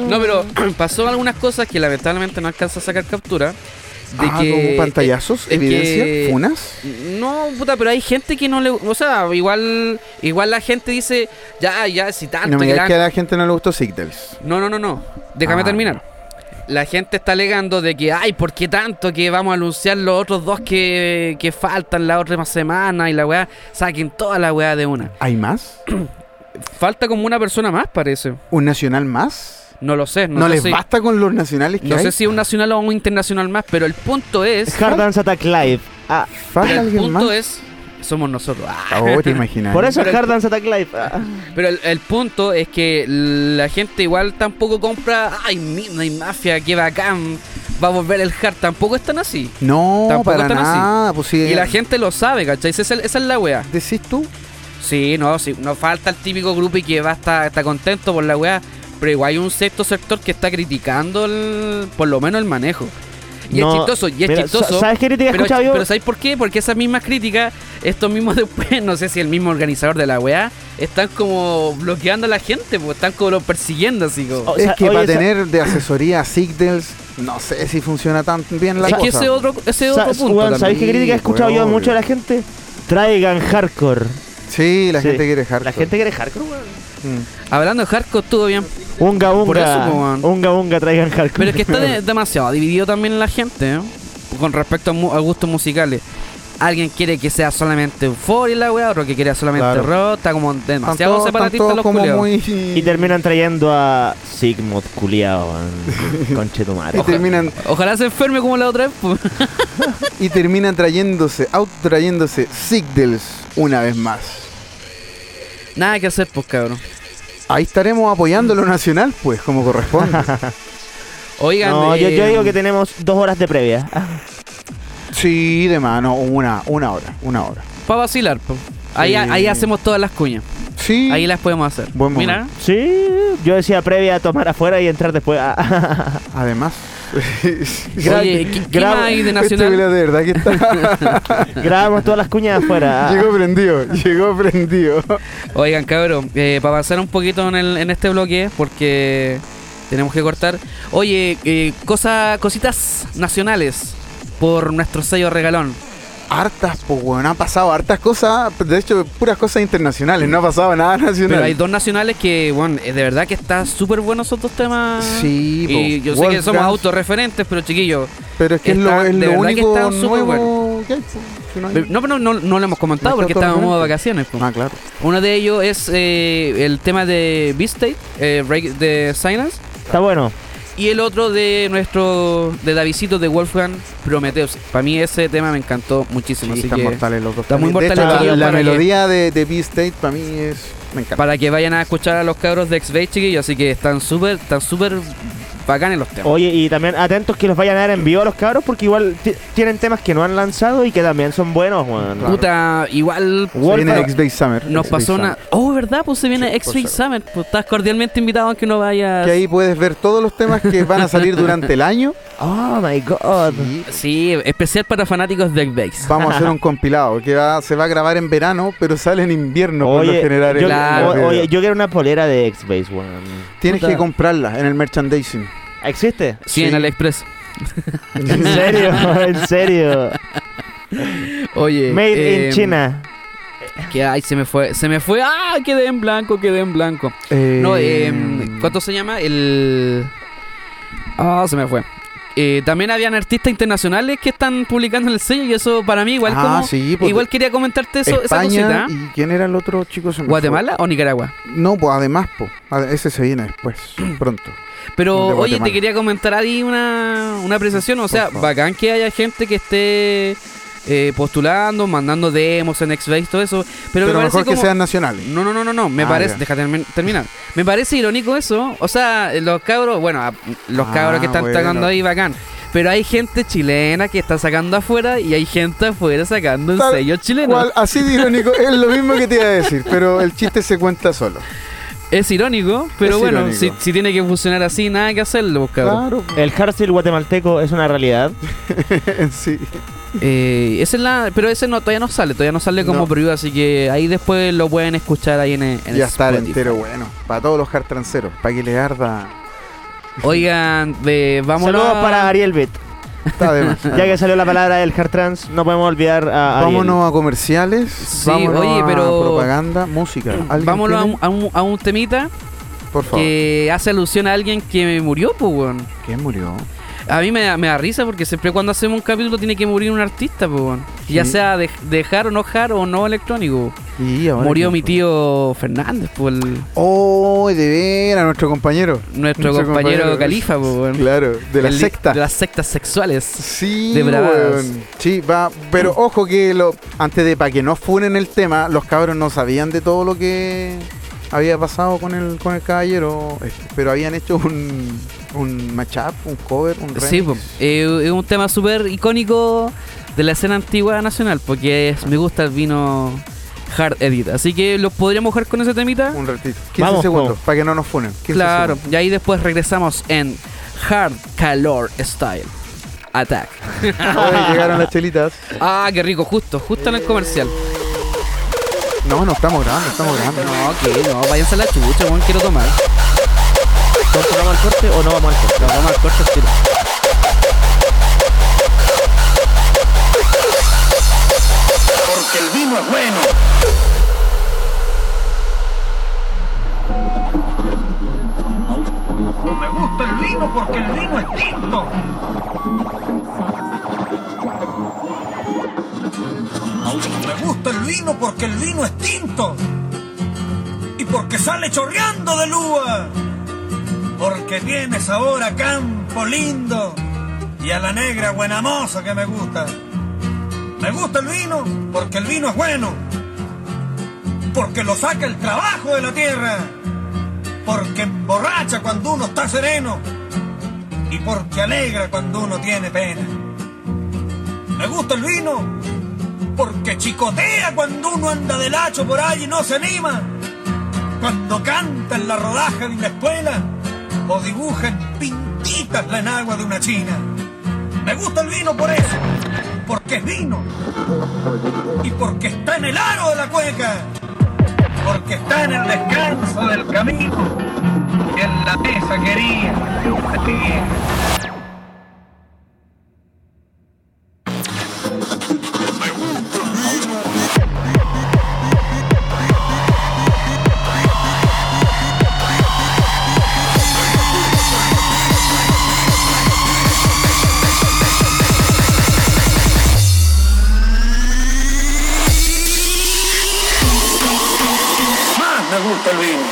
D: No, pero pasó algunas cosas que lamentablemente no alcanza a sacar captura. De
E: Ah,
D: que,
E: como pantallazos,
D: es que-
E: evidencia, funas.
D: No, puta, pero hay gente que no le. O sea, igual igual la gente dice, ya, ya, si tanto.
E: No me
D: que
E: digas
D: la-
E: que a la gente no le gustó Sigdals.
D: No, no, no, no. Déjame
E: Ah.
D: terminar. La gente está alegando de que, ay, ¿por qué tanto que vamos a anunciar los otros dos que, que faltan la otra semana y la weá? Saquen toda la weá de una.
E: ¿Hay más?
D: Falta como una persona más, parece.
E: ¿Un nacional más?
D: No lo sé. No,
E: ¿No,
D: sé
E: les
D: si,
E: basta con los nacionales que
D: No
E: hay?
D: sé si un nacional o un internacional más, pero el punto es.
F: Hard Dance Attack Live. Ah,
E: ¿Falta
D: pero el
E: alguien
D: punto
E: más?
D: es. Somos nosotros. Ah.
E: Oh, te imaginas.
F: por eso
D: Pero-
F: Hard Dance Attack Live. Ah.
D: Pero el, el punto es que la gente igual tampoco compra. Ay, Midnight Mafia, qué bacán. Va a volver el hard. Tampoco están así.
E: No,
D: Tampoco
E: para
D: están así.
E: nada. Pues sí,
D: Y la gente lo sabe, ¿cachai? Esa es, el- esa es la weá.
E: ¿Decís tú?
D: Sí, no, sí, no falta el típico grupo y que va a estar, está contento por la weá. Pero igual hay un sexto sector que está criticando el- por lo menos el manejo. Y
F: No,
D: es chistoso, y es
F: mira,
D: chistoso.
F: sa- ¿Sabes qué crítica he
D: pero,
F: escuchado yo?
D: pero ¿sabes por qué? Porque esas mismas críticas, estos mismos después, no sé si el mismo organizador de la weá, están como bloqueando a la gente, pues están como lo persiguiendo así como.
F: O sea,
E: es que
F: oye,
E: para
F: esa-
E: tener de asesoría a Sigdals, no sé si funciona tan bien la
D: es
E: cosa.
D: que ese otro, ese
F: Sa-
D: otro punto.
F: weón, ¿Sabes
D: también.
F: qué crítica he escuchado yo
E: weón.
F: mucho de la gente? Traigan hardcore.
E: Sí, la
F: Sí.
E: gente quiere hardcore.
F: La gente quiere hardcore, weón.
E: Mm.
D: Hablando de hardcore, estuvo bien.
F: Unga unga.
D: Por eso, po, weón.
F: unga unga, traigan hardcore.
D: Pero es que está de- demasiado dividido también la gente ¿eh? con respecto a, mu- a gustos musicales. Alguien quiere que sea solamente euforia la weá, otro que quiere solamente
E: Claro.
D: rock, está como
E: Están
D: demasiado
E: todos, están
D: separatistas
E: todos
D: los
E: como
D: culiados.
E: muy...
F: Y terminan trayendo a Sigmund culiao, weón. Conche tu madre.
E: y terminan,
D: Ojalá se enferme como la otra vez. pues. po.
E: y terminan trayéndose, autotrayéndose Sigdals una vez más.
D: Nada que hacer, pues cabrón.
E: Ahí estaremos apoyando lo nacional, pues, como corresponde.
D: Oigan,
F: No, yo, yo
D: eh,
F: digo que tenemos dos horas de previa.
E: sí, de mano, una, una hora, una hora.
D: pa' vacilar, po. Ahí,
E: Sí.
D: ahí hacemos todas las cuñas.
E: Sí,
D: Ahí las podemos hacer.
E: Buen
D: Mira,
E: momento.
F: Sí, yo decía previa tomar afuera y entrar después. Ah,
E: además.
D: oye, ¿qué, qué
F: grabo-
D: más hay de
E: Este
D: nacional?
E: mira, de verdad que está...
F: grabamos todas las cuñas afuera. Ah,
E: llegó prendido, llegó prendido.
D: Oigan, cabrón, eh, para avanzar un poquito en, el- en este bloque, porque tenemos que cortar. Oye, eh, cosa, cositas nacionales por nuestro sello regalón.
E: Hartas, pues, weón. Han pasado hartas cosas. De hecho, puras cosas internacionales. No ha pasado nada nacional.
D: Pero hay dos nacionales que, bueno, eh, de verdad que está súper buenos esos dos temas.
E: Sí, po.
D: y yo sé que
E: Wolfgang.
D: somos autorreferentes, pero chiquillos.
E: Pero es que es lo,
D: Está-
E: es
D: de
E: lo
D: verdad que
E: único
D: están súper
E: nuevo que hay, po, que no hay.
D: No, pero no, no lo hemos comentado
E: No
D: porque
E: está
D: estábamos de
E: autorreferente.
D: vacaciones. po.
E: Ah, claro.
D: Uno de ellos es eh, el tema de Beastate, eh, Break the Silence.
F: está bueno.
D: y el otro de nuestro, de Davidito de Wolfgang Prometheus. Para mí ese tema me encantó muchísimo. así
E: están
D: que
E: mortales los dos.
D: están muy
E: también. De
D: mortales los
E: hecho, la,
D: dos
E: la
D: para que-
E: melodía de, de B-State para mí es. Me encanta.
D: para que vayan a escuchar a los cabros de X-Base, chiquillos. Así que están súper, están súper bacanes los
E: Oh,
D: temas.
F: Oye, y también atentos que los vayan a dar en vivo a los cabros porque igual ti- tienen temas que no han lanzado y que también son buenos, weón.
D: Puta, igual
E: Se viene
F: Wolfgang-
E: X-Base Summer.
D: nos
E: X-Base
D: pasó una.
E: Summer.
D: Oh, ¿verdad? Pues se viene
E: Sí,
D: X-Ray
E: por favor.
D: Summer. Pues estás cordialmente invitado a que no vayas.
E: Que ahí puedes ver todos los temas que van a salir durante el año.
F: Oh my god.
E: Y
D: Sí, especial para fanáticos de X-Base.
E: vamos a hacer un compilado que va- se va a grabar en verano, pero sale en invierno por lo
F: Oye,
E: general.
F: yo,
E: en
D: Claro.
E: los
F: o-
E: videos.
F: oye, yo quiero una polera de X-Base, weón.
E: Tienes
D: puta.
E: que comprarla en el merchandising.
F: ¿Existe?
D: Sí,
E: Sí.
D: en AliExpress.
F: En serio, en serio.
D: Oye.
F: Made
E: em,
D: eh,
F: in China.
D: Que ay, se me fue, se me fue. Ah, quedé en blanco, quedé en blanco.
E: Eh,
D: No, em, ¿cuánto se llama? El. Ah, se me fue. Eh, también habían artistas internacionales que están publicando en el sello y eso para mí igual
E: Ah,
D: como
E: sí, pues,
D: igual quería comentarte eso, esa
E: España
D: cosita. ¿eh?
E: y quién era el otro chico Se me fue.
D: Guatemala o Nicaragua.
E: No, pues además, po. A- ese se viene después, pronto.
D: Pero
E: De
D: oye,
E: Guatemala.
D: te quería comentar ahí una, una apreciación. O
E: Por
D: sea,
E: favor.
D: bacán que haya gente que esté eh, postulando, mandando demos en X-Base, todo eso. Pero,
E: Pero,
D: me parece
E: mejor que
D: como-
E: sean nacionales.
D: No, no, no, no, no. Me
E: Ah,
D: parece.
E: ya.
D: Déjate termi- terminar. Me parece irónico eso. O sea, los cabros. Bueno, a- los
E: Ah,
D: cabros que están
E: bueno.
D: sacando ahí, bacán. Pero hay gente chilena que está sacando afuera y hay gente afuera sacando un
E: Tal
D: sello chileno.
E: Cual- así de irónico, es lo mismo que te iba a decir, pero el chiste se cuenta solo.
D: Es irónico, pero
E: Es
D: bueno,
E: irónico.
D: Si, si tiene que funcionar así, nada que hacerlo, pues, cabros.
E: Claro,
F: El hardstyle guatemalteco es una realidad.
E: sí.
D: Eh, esa es la, pero ese no, todavía no sale, todavía no sale como
E: No.
D: preview, así que ahí después lo pueden escuchar ahí en, en
E: ya está el
D: Spotify.
E: entero bueno. Para todos los hardtranceros, para que le arda.
D: Oigan, eh, vamos
F: Saludos para Ariel Bit.
E: Está de más.
F: Ya que salió la palabra del hard trans, no podemos olvidar a Ariel.
E: Vámonos a comerciales, vámonos
D: oye, pero-
E: a propaganda, música. ¿Alguien
D: Vámonos a
E: tiene?
D: un, a un- a un temita
E: Por favor.
D: que hace alusión a alguien que murió, pues, weón.
E: ¿Quién murió?
D: A mí me, da- me da risa porque siempre cuando hacemos un capítulo tiene que morir un artista, pues, weón. Ya
E: Sí.
D: sea de, de hard o no hard o no electrónico.
E: Y ahora
D: Murió
E: quién
D: mi
E: fue?
D: tío Fernández, pues, el-
E: Oh, de veras, nuestro compañero.
D: nuestro, compañero, Califa, pues, weón.
E: Claro, de la
D: El-
E: secta.
D: De las sectas sexuales.
E: Sí,
D: de bravas. Mm.
E: weón. Sí, va. Pero ojo que lo, antes de para que no funen el tema, los cabros no sabían de todo lo que había pasado con el, con el caballero. este, Pero habían hecho un, un matchup, un cover, un remix.
D: Sí, po. Eh, es un tema súper icónico de la escena antigua nacional, porque es Me gusta el vino Hard Edit. Así que los podríamos jugar con ese temita.
E: Un ratito. 15
F: Vamos,
E: segundos,
F: po.
E: para que no nos funen. 15
D: Claro,
E: segundos.
D: y ahí después regresamos en Hard Calor Style. Attack.
E: Oye, llegaron las chelitas.
D: Ah, qué rico, justo, justo en el comercial.
E: No, no estamos grabando, estamos grabando.
D: No, que no, váyanse a la chucha, weón, quiero tomar.
F: ¿Entonces vamos al corte o no vamos al corte?
D: Quiero tomar corto estilo.
B: Porque el vino es bueno. Me gusta el vino porque el vino es tinto. Me gusta el vino porque el vino es tinto. Y porque sale chorreando de lúa. Porque tiene sabor a campo lindo. Y a la negra buena moza que me gusta. Me gusta el vino porque el vino es bueno, porque lo saca el trabajo de la tierra, porque emborracha cuando uno está sereno y porque alegra cuando uno tiene pena. Me gusta el vino porque chicotea cuando uno anda del hacho por ahí y no se anima, cuando canta en la rodaja de una escuela o dibuja en pintitas la enagua de una china. Me gusta el vino por eso, porque es vino y porque está en el aro de la cueca, porque está en el descanso del camino y en la mesa querida. Más me gusta el vino.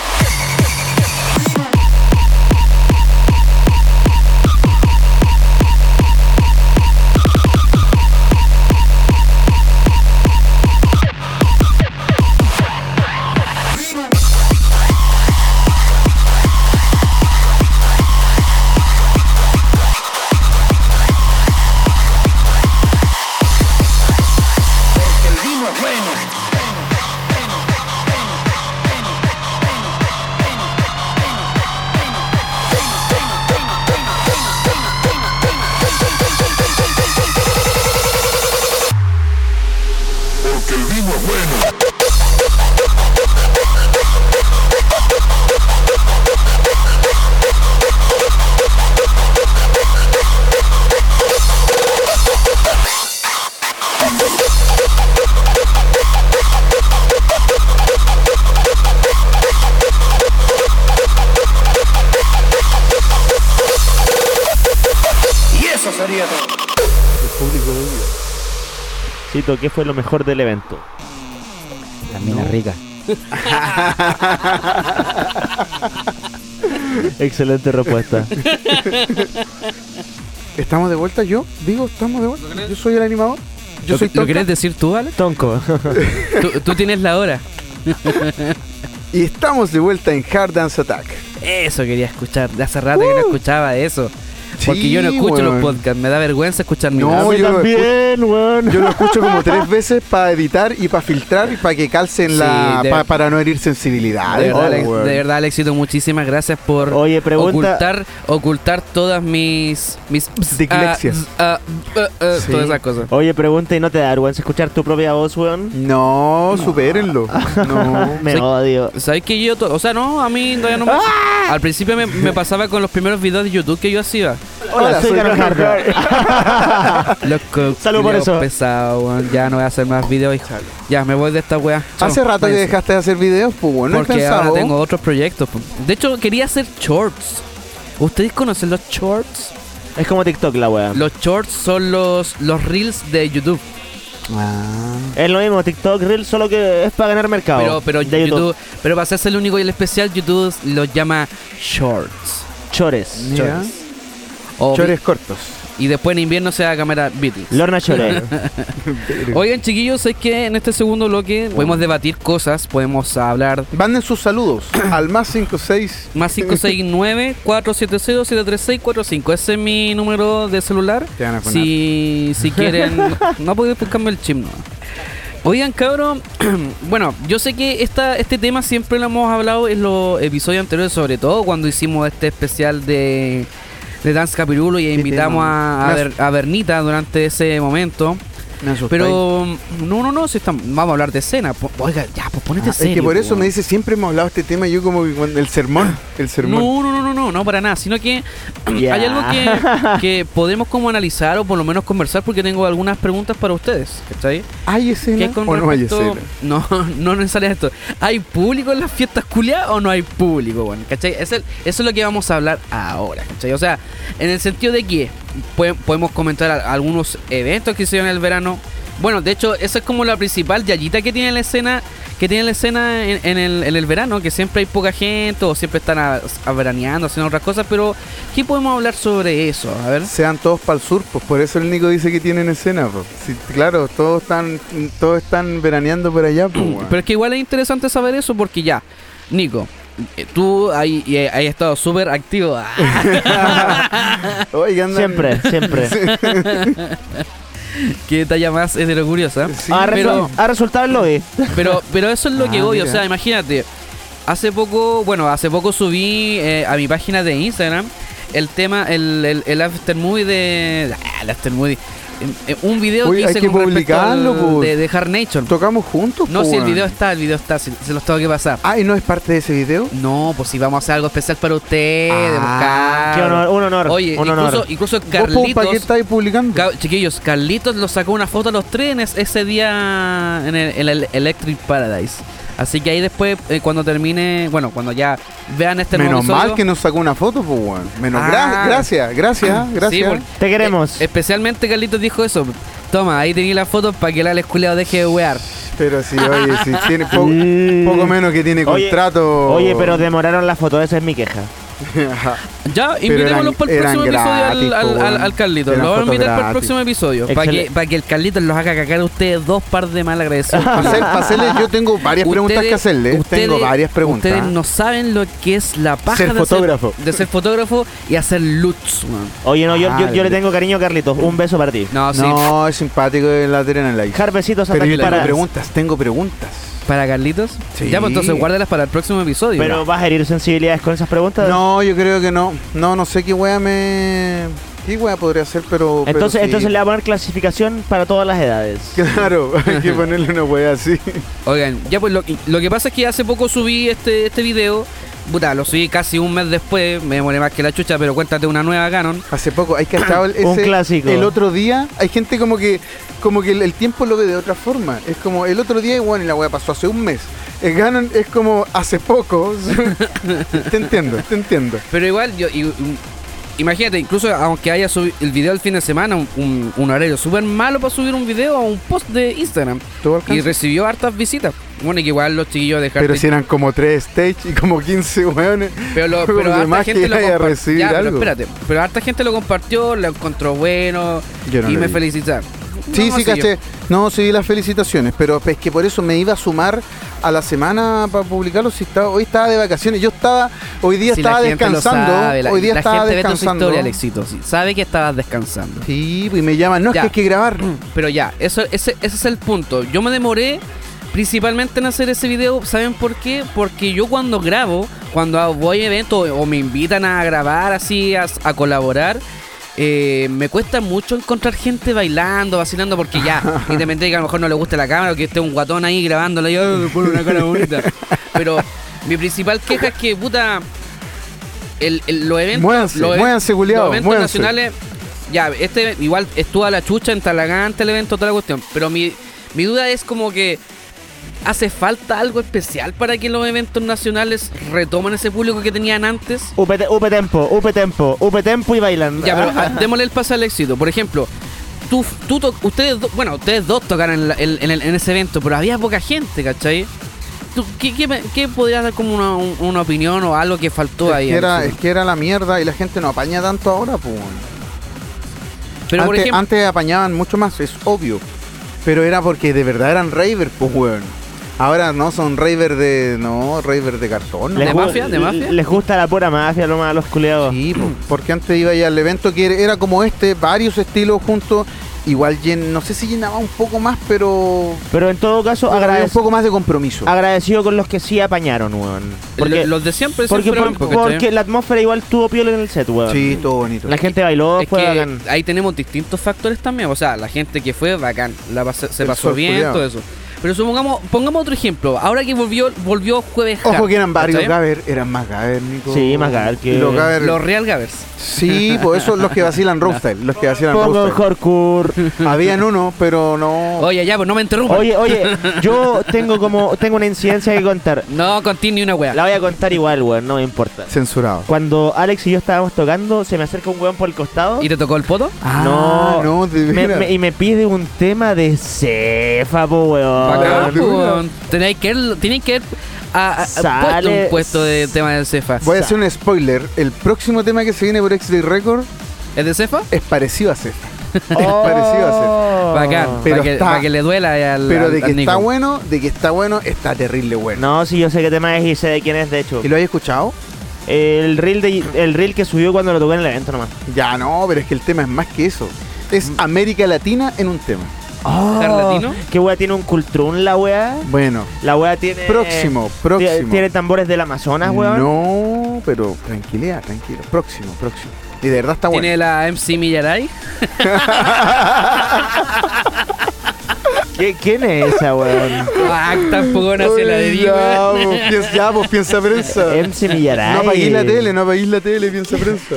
B: odia todo.
F: Cito, ¿qué fue lo mejor del evento?
G: Las minas ricas.
F: Excelente respuesta.
E: ¿Estamos de vuelta? ¿Yo? Digo, ¿estamos de vuelta? ¿Yo soy el animador? ¿Yo
D: ¿Lo,
E: soy
D: ¿Lo
E: Tonka?
D: querés decir tú, Alex?
F: Tonco.
D: Tú, tú tienes la hora.
E: Y estamos de vuelta en Hard Dance Attack.
D: Eso quería escuchar. De hace rato que no escuchaba de eso.
E: Uh. Sí,
D: Porque yo no escucho los
E: weón.
D: podcasts. Me da vergüenza escuchar mi
E: No,
D: voz.
E: yo lo
F: también, weón.
E: Yo lo escucho como tres veces para editar y para filtrar y para que calcen
D: Sí,
E: la.
D: de-
E: pa- para no herir Oh, sensibilidad.
D: De verdad, Alex- de verdad, Alexito, muchísimas gracias por
F: Oye, pregunta-
D: ocultar, ocultar todas mis mis
E: Dislexias.
D: ah, ah, ah, ah,
E: Sí.
D: todas esas cosas.
F: Oye, pregunta y no te da vergüenza escuchar tu propia voz, weón.
E: No, supérenlo. No.
F: Me
D: Sí.
F: odio.
D: ¿Sabes que yo? to- O sea, no, a mí todavía no me... Al principio me, me pasaba con los primeros videos de YouTube que yo hacía.
E: Hola, soy Carlos
D: Los co-
F: Salud por
D: culiados
F: eso.
D: pesados, weón. Ya no voy a hacer más videos, hijo. Ya, me voy de esta weá. Chao,
E: Hace rato que
D: váyanse.
E: dejaste de hacer videos, pues bueno, he
D: Porque
E: pensado.
D: ahora tengo otros proyectos. po. De hecho, quería hacer shorts. ¿Ustedes conocen los shorts?
F: Es como TikTok la weá.
D: Los shorts son los, los reels de YouTube.
F: Es lo mismo, TikTok Reel, solo que es para ganar mercado.
D: Pero, pero
F: Oh. De
D: YouTube, pero para hacerse el único y el especial, YouTube los llama shorts.
F: Chores.
E: Mira.
D: Chores. O
E: Chores cortos.
D: vi- Y después en invierno se va a cámara Beatles.
F: Lorna Chore.
D: Oigan, chiquillos, es que en este segundo bloque podemos debatir cosas, podemos hablar.
E: Manden sus saludos al más 56.
D: Más 569-470-73645. Ese es mi número de celular.
E: Te van a funar.
D: Si, si quieren. no podéis buscarme el chip, no. Oigan, cabrón. bueno, yo sé que esta, este tema siempre lo hemos hablado en los episodios anteriores, sobre todo cuando hicimos este especial de, de Dance Capirulo y invitamos
E: tema?
D: a, a
E: Me
D: Ber- a Bernita durante ese momento.
E: Me asusté.
D: Pero no, no, no, si estamos- vamos a hablar de escena. Po- Oiga, ya, pues ponete
E: Ah, es que
D: serio,
E: por
D: po,
E: eso me
D: weón.
E: dice siempre hemos hablado de este tema y yo como que cuando- el sermón, el sermón.
D: No, no, no, no, no, no, para nada, sino que
F: Ya.
D: hay algo que, que podemos como analizar o por lo menos conversar porque tengo algunas preguntas para ustedes, ¿cachai?
E: ¿Hay
D: ¿Qué
E: escena
D: con
E: o no hay
D: respecto-
E: escena?
D: No, no necesaria esto. ¿Hay público en las fiestas culiadas o no hay público, bueno, ¿cachai? Es el- eso es lo que vamos a hablar ahora, ¿cachai? O sea, en el sentido de que pue- podemos comentar a- algunos eventos que hicieron en el verano. Bueno, de hecho, esa es como la principal yayita que tiene la escena, que tiene la escena en, en el, en el verano, que siempre hay poca gente o siempre están a, a veraneando, haciendo otras cosas, pero ¿qué podemos hablar sobre eso? A ver.
E: Sean todos para el sur, pues por eso el Nico dice que tienen escena, pues. Sí, claro, todos están, todos están veraneando por allá, pues. weón.
D: Pero es que igual es interesante saber eso porque ya, Nico, eh, tú ahí, y ahí has estado súper activo.
E: Oye, andan-
F: Siempre, siempre.
D: Qué talla más es curiosa.
E: Sí,
F: ha, resu-
D: pero-
F: ha resultado el lobby.
D: Pero, pero eso es lo que
E: Ah,
D: voy, o
E: mira.
D: sea, imagínate. Hace poco, bueno, hace poco subí eh, a mi página de Instagram el tema, el, el, el after movie de. ah, el after movie. Eh, eh, Un video
E: Uy,
D: que
E: hay
D: hice
E: que
D: con respecto
E: publicarlo,
D: al-
E: pues.
D: de, de Hard Nation.
E: Tocamos juntos,
D: No,
E: pues,
D: si el
E: weón.
D: video está, el video está, si- se los tengo que pasar.
E: Ah, ¿y no es parte de ese video?
D: No, pues si vamos a hacer algo especial para ustedes,
E: Ah,
F: Qué honor, un honor.
D: Oye,
F: un honor.
D: incluso, incluso
E: ¿Vos, ¿Para qué
D: Carlitos.
E: estáis publicando?
D: Ca- chiquillos, Carlitos lo sacó una foto a los trenes ese día en el, en el Electric Paradise. Así que ahí después, eh, cuando termine, bueno, cuando ya vean este
E: Menos
D: nuevo
E: mal que
D: episodio-
E: nos sacó una foto, pues, weón. Menos
D: Ah.
E: gra- gracias, gracias, gracias.
D: Sí, porque-
F: Te queremos.
D: eh, especialmente Carlitos dijo eso. Toma, ahí tení la foto para que el Alex culiao deje de wear.
E: Pero sí, oye, sí, tiene po-
F: Mm.
E: poco menos que tiene
F: Oye,
E: contrato.
F: Oye, pero demoraron la foto, esa es mi queja.
D: Ya, invitémoslo
E: eran-
D: para el
E: eran
D: próximo episodio
E: gratis,
D: al, al,
E: po,
D: al-
E: weón.
D: al Carlitos.
E: Eran
D: Lo vamos a invitar
E: fotos
D: para el
E: gratis.
D: próximo episodio. Para que,
F: Excelente.
D: pa' que el Carlitos los haga cagar a ustedes dos par de mal agradecidos.
E: Pasel, pasele, yo tengo varias preguntas que hacerle. tengo varias preguntas.
D: Ustedes no saben lo que es la paja
E: Ser
D: de,
E: fotógrafo.
D: Ser, de ser fotógrafo y hacer loots, weón.
F: Oye, no, yo, yo, yo le
E: Madre.
F: tengo cariño a Carlitos. Un beso para ti.
D: No, ah, sí.
E: No, es simpático el adrenalina.
F: Jarpecitos
E: Pero yo
F: hasta
E: tengo
F: para.
E: preguntas, tengo preguntas.
D: Para Carlitos.
E: Sí.
D: Ya, pues entonces guárdalas para el próximo episodio.
F: Pero vas a herir sensibilidades con esas preguntas.
E: No, yo creo que no. No, no sé qué wea me. ¿Qué wea podría hacer, pero. pero
F: Entonces,
E: sí.
F: entonces le voy a poner clasificación para todas las edades.
E: Claro, hay que ponerle una wea así.
D: Oigan, ya pues lo, lo que pasa es que hace poco subí este, este video. Puta, lo subí casi un mes después. Me demoré más que la chucha, pero cuéntate una nueva Canon.
E: Hace poco, hay que estar el,
F: Un
E: ese-
F: clásico.
E: El otro día, hay gente como que como que el, el tiempo lo ve de otra forma. Es como el otro día, y bueno, y la wea pasó hace un mes. El Ganon es como hace poco. te entiendo, te entiendo.
D: Pero igual, yo, y- y- imagínate, incluso aunque haya subido el video el fin de semana, un, un- un horario súper malo para subir un video a un post de Instagram.
E: Todo
D: Y
E: alcanza.
D: recibió hartas visitas. Bueno, y que igual los chiquillos dejaron.
E: Pero si eran como tres stage y como 15 weones.
D: Pero, lo,
E: Por
D: pero harta
E: demás
D: gente
E: que
D: lo
E: vaya a
D: compart-
E: recibir
D: Ya, pero
E: algo.
D: espérate. Pero harta gente lo compartió, lo encontró bueno
E: Yo no
D: y
E: lo
D: me
E: vi.
D: felicitaron.
E: Sí,
D: No,
E: sí,
D: yo-
E: caché. No, sí, las felicitaciones. Pero es que por eso me iba a sumar a la semana para publicarlo. Si estaba, hoy estaba de vacaciones. Yo estaba, hoy día
D: Si la
E: estaba
D: gente lo
E: descansando.
D: sabe, la-
E: hoy día
D: la
E: estaba
D: gente ve
E: descansando.
D: tu historia, Alexito. sí, sabe que estabas descansando.
E: sí, pues, y me llaman. No,
D: Ya.
E: es que hay que grabar.
D: Pero ya, eso, ese, ese es el punto. Yo me demoré principalmente en hacer ese video. ¿Saben por qué? Porque yo cuando grabo, cuando hago- voy a eventos o me invitan a grabar así, a, a colaborar, eh, me cuesta mucho encontrar gente bailando, vacilando, porque ya, independientemente de que a lo mejor no le guste la cámara o que esté un guatón ahí grabándolo y "Oh, pon una cara bonita. Pero mi principal queja es que, puta, el, el- los eventos,
E: Muévanse,
D: e- los, ev-
E: muévanse, culiao,
D: los eventos
E: muévanse.
D: nacionales, ya, este igual estuvo a la chucha en Talagante el evento, toda la cuestión. Pero mi, mi duda es como que hace falta algo especial para que los eventos nacionales retomen ese público que tenían antes.
F: Upe, upe tempo, upe tempo, upe tempo y bailan.
D: Ya, pero ah, démosle el paso al éxito. Por ejemplo, tú, tú to- ustedes, do- bueno, ustedes dos tocaron en, la- en- en el- en ese evento, pero había poca gente, ¿cachai? ¿Tú, qué, qué me- qué podrías dar como una, un- una opinión o algo que faltó
E: Es
D: ahí?
E: que, era,
D: Alexito?
E: es que era la mierda y la gente no apaña tanto ahora, pues.
D: pero
E: antes,
D: por ejemplo,
E: antes apañaban mucho más, es obvio. Pero era porque de verdad eran raver, pues, weón. Ahora no, son raver de. No, raver de cartón. ¿no?
D: ¿De
F: Les gu-
D: mafia? ¿De mafia?
F: Les gusta la pura mafia, lo más a los culeados.
E: Sí, po, porque antes iba ya al evento que era como este, varios estilos juntos. Igual llen- no sé si llenaba un poco más, pero
F: Pero en todo caso,
E: había un
F: agradez-
E: poco más de compromiso.
F: agradecido con los que sí apañaron, weón. Porque,
D: lo- los de siempre
F: porque,
D: siempre
F: por-
D: eran pocos, ¿cachai?
F: porque la atmósfera igual tuvo piola en el set, weón.
E: Sí, todo bonito.
F: La gente bailó,
D: Es
F: fue
D: que
F: bacán.
D: ahí tenemos distintos factores también. O sea, la gente que fue bacán, la pas- se
E: El
D: pasó
E: sol
D: bien,
E: culiao.
D: todo eso. Pero supongamos, pongamos otro ejemplo. Ahora que volvió, volvió jueves.
E: Ojo
D: Hard,
E: que eran varios
D: ¿cachai?
E: Gaber, eran más Gaber, Nico.
F: Sí, más Gaber que-
E: Y Los Gaber.
D: Los Real Gavers.
E: Sí, por eso los que vacilan Rockstyle, los que vacilan
F: Pongo
E: Rockstyle.
F: Horcur.
E: Habían uno, pero no.
D: Oye, ya, pues no me interrumpas.
F: Oye, oye, yo tengo como tengo una incidencia que contar.
D: No, contiene ni una wea.
F: La voy a contar igual, weón, no me importa.
E: Censurado.
F: Cuando Alex y yo estábamos tocando, se me acerca un weón por el costado.
D: ¿Y te tocó el poto?
E: Ah, no, de
F: me-
E: veras.
F: me- y me pide un tema de cefa, po,
D: Bacán,
E: Bacán,
F: weón.
E: pues,
D: weón. Tenéis que ir- tienen que ir a, a- a-
F: Sale-
D: puesto un puesto de tema del cefa.
E: Voy a hacer un spoiler. El próximo tema que se viene por X-Day Record
D: ¿Es de cefa?
E: es parecido a Cefa.
F: Oh.
E: parecido a
D: Bacán.
E: Pero
D: para, que,
E: está-
D: pa' que le duela al.
E: Pero
D: al-
E: de que
D: al Nico.
E: está bueno, de que está bueno, está terrible bueno.
F: No, sí, yo sé qué tema es y sé de quién es, de hecho.
E: ¿Y lo habéis escuchado?
F: El reel, de, el reel que subió cuando lo tocó en el evento nomás.
E: Ya no, pero es que el tema es más que eso.
D: Mm.
E: Es América Latina en un tema.
D: ¿Carlatino?
F: ¿Qué wea tiene un cultrón la wea?
E: Bueno,
F: La wea tiene.
E: próximo,
F: ti-
E: próximo.
F: Tiene tambores del Amazonas, weón.
E: No, pero tranquilidad, tranquilo. Próximo, próximo. Y de verdad está
D: Tiene
E: Ah,
D: la
E: bueno.
D: MC Millaray.
F: ¿Qui- ¿Quién es esa, weón?
D: Ah, tampoco no se la Ah,
E: Uy,
D: dedico.
E: ya, vos, piensa, ya, vos, piensa prensa.
F: MC Millaray.
E: No apaguéis la tele, no apaguéis la tele, piensa prensa.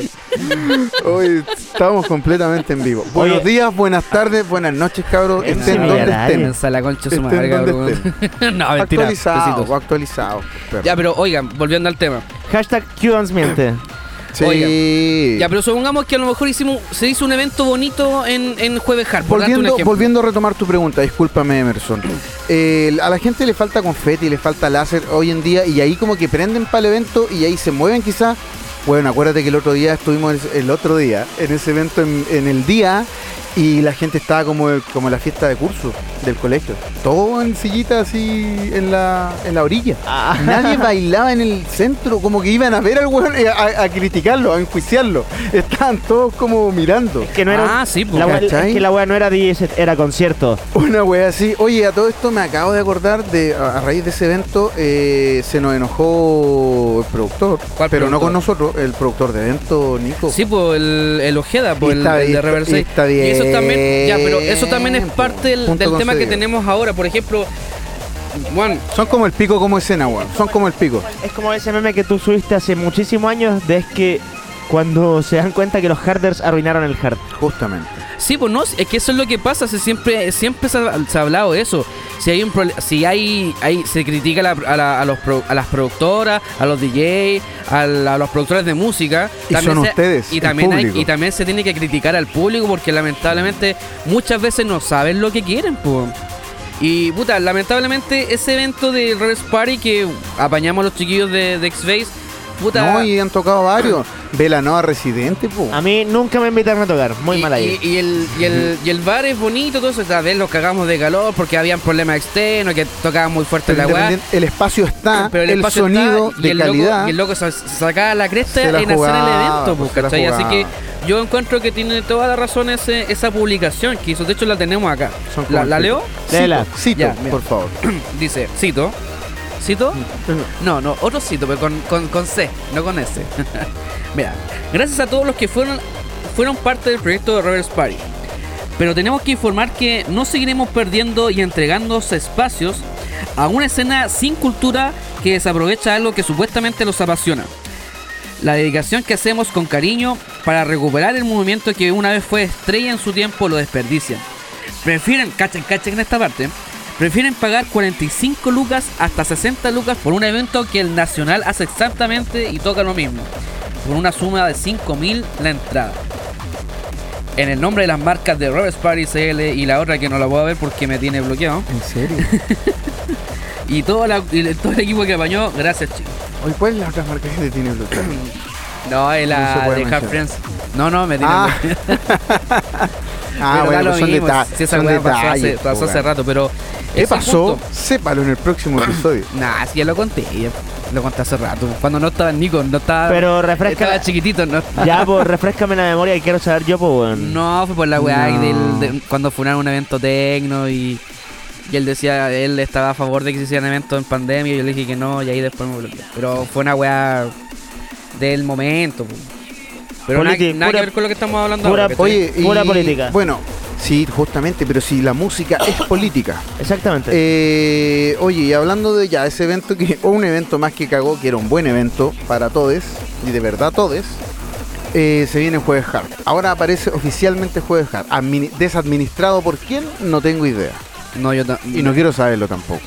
E: Hoy estamos completamente en vivo. Buenos
F: Oye.
E: días, buenas tardes, buenas noches, cabros.
F: MC
E: Estén donde
F: Villarreal.
E: estén.
D: Piensa la concha de su
E: Estén
D: madre,
E: donde
D: cabrón. no, mentira. besitos.
E: Actualizado, actualizado. perro.
D: Ya, pero oigan, volviendo al tema.
F: Hashtag QAnon miente.
E: Sí.
D: Ya, pero supongamos que a lo mejor hicimos, se hizo un evento bonito en, en Jueves Hard. por darte un
E: Volviendo,
D: ejemplo.
E: volviendo a retomar tu pregunta, discúlpame Emerson. Eh, a la gente le falta confeti, le falta láser hoy en día y ahí como que prenden para el evento y ahí se mueven quizás. Bueno, acuérdate que el otro día estuvimos el- el otro día en ese evento en, en el día y la gente estaba como, como en la fiesta de curso del colegio. Todo en sillitas así en la, en la orilla. Nadie bailaba en el centro, como que iban a ver al weón eh, a, a criticarlo, a enjuiciarlo. Estaban todos como mirando.
F: Que no era.
D: Ah, sí, pues.
F: la wea-
E: ¿Cachai?
F: es que la wea no era DJ, era concierto.
E: Una wea así. Oye, a todo esto me acabo de acordar de a a raíz de ese evento eh, se nos enojó el productor,
D: ¿Cuál
E: pero no
D: productor?
E: con nosotros, el productor de evento Nico.
D: Sí, pues el, el Ojeda, pues
E: Y
D: el, el
E: está
D: de
E: bien,
D: Reverse.
E: y está
D: Y eso también, ya, pero eso también es
E: bien,
D: parte del,
E: punto
D: del tema que
E: concedido.
D: tenemos ahora. Por ejemplo, bueno,
E: Son como el pico como escena, weón. Son como el pico.
F: Es como ese meme que tú subiste hace muchísimos años de es que cuando se dan cuenta que los harders arruinaron el hard.
E: Justamente.
D: Sí, pues no, es que eso es lo que pasa, se siempre, siempre se ha, se ha hablado de eso. Si hay un prole- si hay, hay se critica a, la- a la- a los pro- a las productoras, a los DJs, a, la- a los productores de música,
E: Y son
D: se-
E: ustedes,
D: y
E: el
D: también hay-
E: público.
D: y también se tiene que criticar al público porque lamentablemente muchas veces no saben lo que quieren, pues. Y puta, lamentablemente ese evento del Reverse Party que apañamos los chiquillos de, de X-Face, puta. Ah,
E: No, y han tocado varios. Velanova Residente, po.
F: A mí nunca me invitaron a tocar, muy
D: y,
F: mal ahí.
D: y- y el, y, el, y el bar es bonito, todo eso. Tal vez los cagamos de calor porque habían problemas externos, que tocaban muy fuerte la
E: Pero
D: weá. Ah,
E: independiente- el espacio está,
D: Pero el,
E: el,
D: espacio está
E: sonido
D: y
E: de
D: el loco-
E: calidad.
D: y el loco se se sacaba la cresta
E: Se la
D: en hacer el
E: jugaba,
D: evento, pues,
E: se la
D: ¿cachai? Así que
E: jugaba.
D: yo encuentro que tiene toda la razón ese- esa publicación que hizo. De hecho, la tenemos acá.
E: Son como
D: ¿La,
E: el
D: la
E: pico.
D: leo?
F: Léela.
E: Cito, cito,
D: Ya, mira.
E: por favor.
D: Dice, cito. ¿Cito?
E: Mm.
D: No, no, otro cito, pero con, con, con C, no con S. Mira, gracias a todos los que fueron, fueron parte del proyecto de Reverse Party. Pero tenemos que informar que no seguiremos perdiendo y entregando espacios a una escena sin cultura que desaprovecha algo que supuestamente los apasiona. La dedicación que hacemos con cariño para recuperar el movimiento que una vez fue estrella en su tiempo lo desperdician. Prefieren, cachen, cachen en esta parte, prefieren pagar 45 lucas hasta 60 lucas por un evento que el Nacional hace exactamente y toca lo mismo, por una suma de 5.000 la entrada. En el nombre de las marcas de Roberts Party CL y la otra que no la puedo ver porque me tiene bloqueado.
E: ¿En serio?
D: Y todo, la- y todo el equipo que apañó, gracias chicos.
E: Oye, ¿cuál es la otra marca que te tiene bloqueado?
D: No, es
E: No se
D: la
E: puede
D: de Hard
E: mencionar.
D: Friends. No, no, me tiene
E: Ah.
D: bloqueado.
E: Ah,
D: Pero da
E: bueno,
D: lo
E: pues son
D: mismo,
E: detalles.
D: si esa
E: son
D: weá pasó hace-
E: detalles,
D: pasó
E: po,
D: hace
E: weón.
D: rato, pero.
E: ¿Qué
D: ese
E: pasó?
D: punto-
E: Sépalo en el próximo episodio.
D: Nah, sí, ya lo conté. ya Lo conté hace rato. Cuando no estaba Nico, no estaba.
F: Pero refresca-
D: Estaba chiquitito, no.
F: Ya, pues, refrescame la memoria que quiero saber yo, pues, weón.
D: No, fue por la weá
E: No.
D: del- de- cuando funaron un evento tecno y. Y él decía, él estaba a favor de que se hicieran eventos en pandemia. Y yo le dije que no, y ahí después me bloqueó. Pero fue una weá del momento. po. Pero nada,
F: Politi-
D: nada
F: pura-
D: que ver con lo que estamos hablando
F: pura
D: ahora. ¿cachai?
E: Oye, y,
F: Pura política.
E: Bueno, sí, justamente, pero si la música es política.
F: Exactamente.
E: Eh, oye, y hablando de ya ese evento, que o un evento más que cagó, que era un buen evento para todos, y de verdad todos, eh, se viene Jueves Hard. Ahora aparece oficialmente Jueves Hard. Admini- desadministrado por quién, no tengo idea.
D: No, yo ta-
E: Y no quiero saberlo tampoco.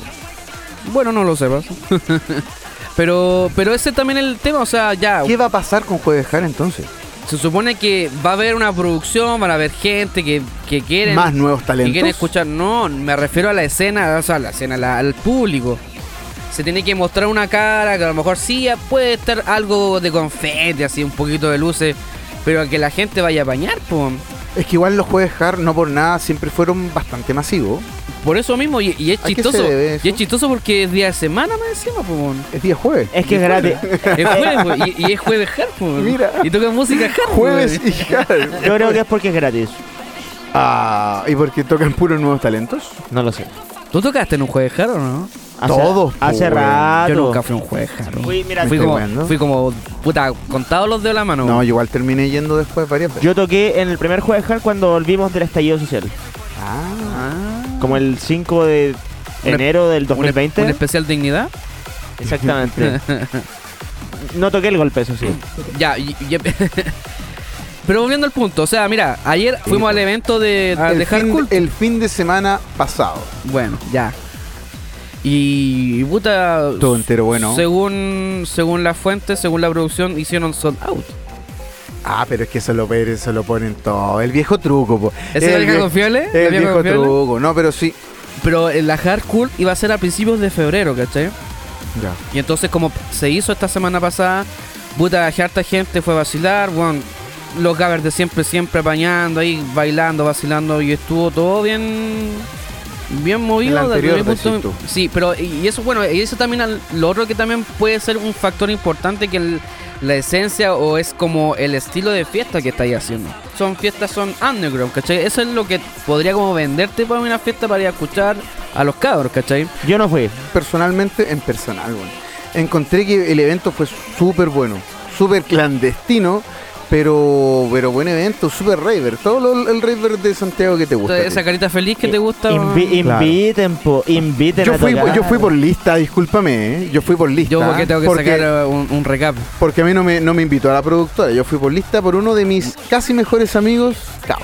D: Bueno, no lo sepas. pero, pero ese también es el tema, o sea, ya.
E: ¿Qué va a pasar con Jueves Hard entonces?
D: Se supone que va a haber una producción, van a haber gente que, que quieren.
E: Más nuevos
D: que quieren
E: talentos.
D: escuchar. No, me refiero a la escena, o sea, a la escena, la- al público. Se tiene que mostrar una cara que a lo mejor sí ah, puede estar algo de confeti, así un poquito de luces, pero a que la gente vaya a bañar, pues.
E: Es que igual los Jueves Hard, no por nada, siempre fueron bastante masivos.
D: Por eso mismo, y, y es
E: ¿A qué se
D: chistoso.
E: debe eso?
D: Y es chistoso porque es día de semana, me decían, pues.
E: Es día jueves.
F: es que es gratis.
D: Es jueves, po, y, y es jueves hard, po.
E: Mira.
D: Y toca música hard. po,
E: Jueves
D: weón.
E: y Hard.
F: Yo creo que es porque es gratis.
E: Ah, ¿y porque tocan puros nuevos talentos?
F: No lo sé.
D: ¿Tú tocaste en un jueves hard o no?
F: Hace-
E: Todos,
F: Hace
E: pues, weón.
F: rato.
D: Yo nunca fui a un jueves hard.
F: Fui, mira,
D: fui
E: Este
D: como,
E: weón, ¿no?
D: fui como, puta, contados los dedos de la mano.
E: No, yo igual terminé yendo después varias veces.
F: Yo toqué en el primer jueves hard cuando volvimos del estallido social.
E: Ah,
F: Como el 5 de
D: Un-
F: enero del
D: ¿Un,
F: 2020.
D: un especial dignidad?
F: Exactamente. no toqué el golpe, eso sí.
D: Ya, y- y- Pero volviendo al punto, o sea, mira, ayer fuimos pues. al evento de,
E: el,
D: de Hard
E: fin,
D: Cult.
E: el fin de semana pasado.
D: Bueno, ya. Y puta.
E: Todo entero bueno.
D: Según, según la fuente, según la producción, hicieron sold out.
E: Ah, pero es que eso lo, pero eso lo ponen todo. El viejo truco, po.
D: ¿Ese es el viejo
E: vie-
D: confiable?
E: El,
D: ¿El viejo
E: viejo
D: confiable?
E: truco. No, pero sí.
D: Pero eh, la Hard Cult iba a ser a principios de febrero, ¿cachai?
E: Ya.
D: Y entonces como se hizo esta semana pasada, puta, harta gente fue a vacilar, weón, los covers de siempre, siempre apañando ahí, bailando, vacilando, y estuvo todo bien bien movido.
E: El
D: desde
E: anterior,
D: mi punto de-
E: decís tú.
D: sí, pero y y eso, bueno, y eso también, al- lo otro que también puede ser un factor importante que el- la esencia o es como el estilo de fiesta que estáis haciendo. Son fiestas, son underground, ¿cachai? Eso es lo que podría como venderte para una fiesta para ir a escuchar a los cabros, ¿cachai?
F: Yo no fui.
E: Personalmente, en personal, bueno. Encontré que el evento fue súper bueno. Súper clandestino. Pero, pero buen evento, súper raver. Todo lo- el raver de Santiago que te gusta. pues.
D: Entonces, esa
E: tío.
D: carita feliz que te gusta. weón.
F: Invi-
E: Claro.
F: Inviten, po, inviten
E: Yo
F: a
E: fui,
F: tocar.
E: yo fui por lista, discúlpame, ¿eh? Yo fui por lista.
D: Yo porque tengo que
E: porque-
D: sacar uh, un, un recap.
E: Porque a mí no me, no me invitó a la productora, yo fui por lista por uno de mis casi mejores amigos, Caos.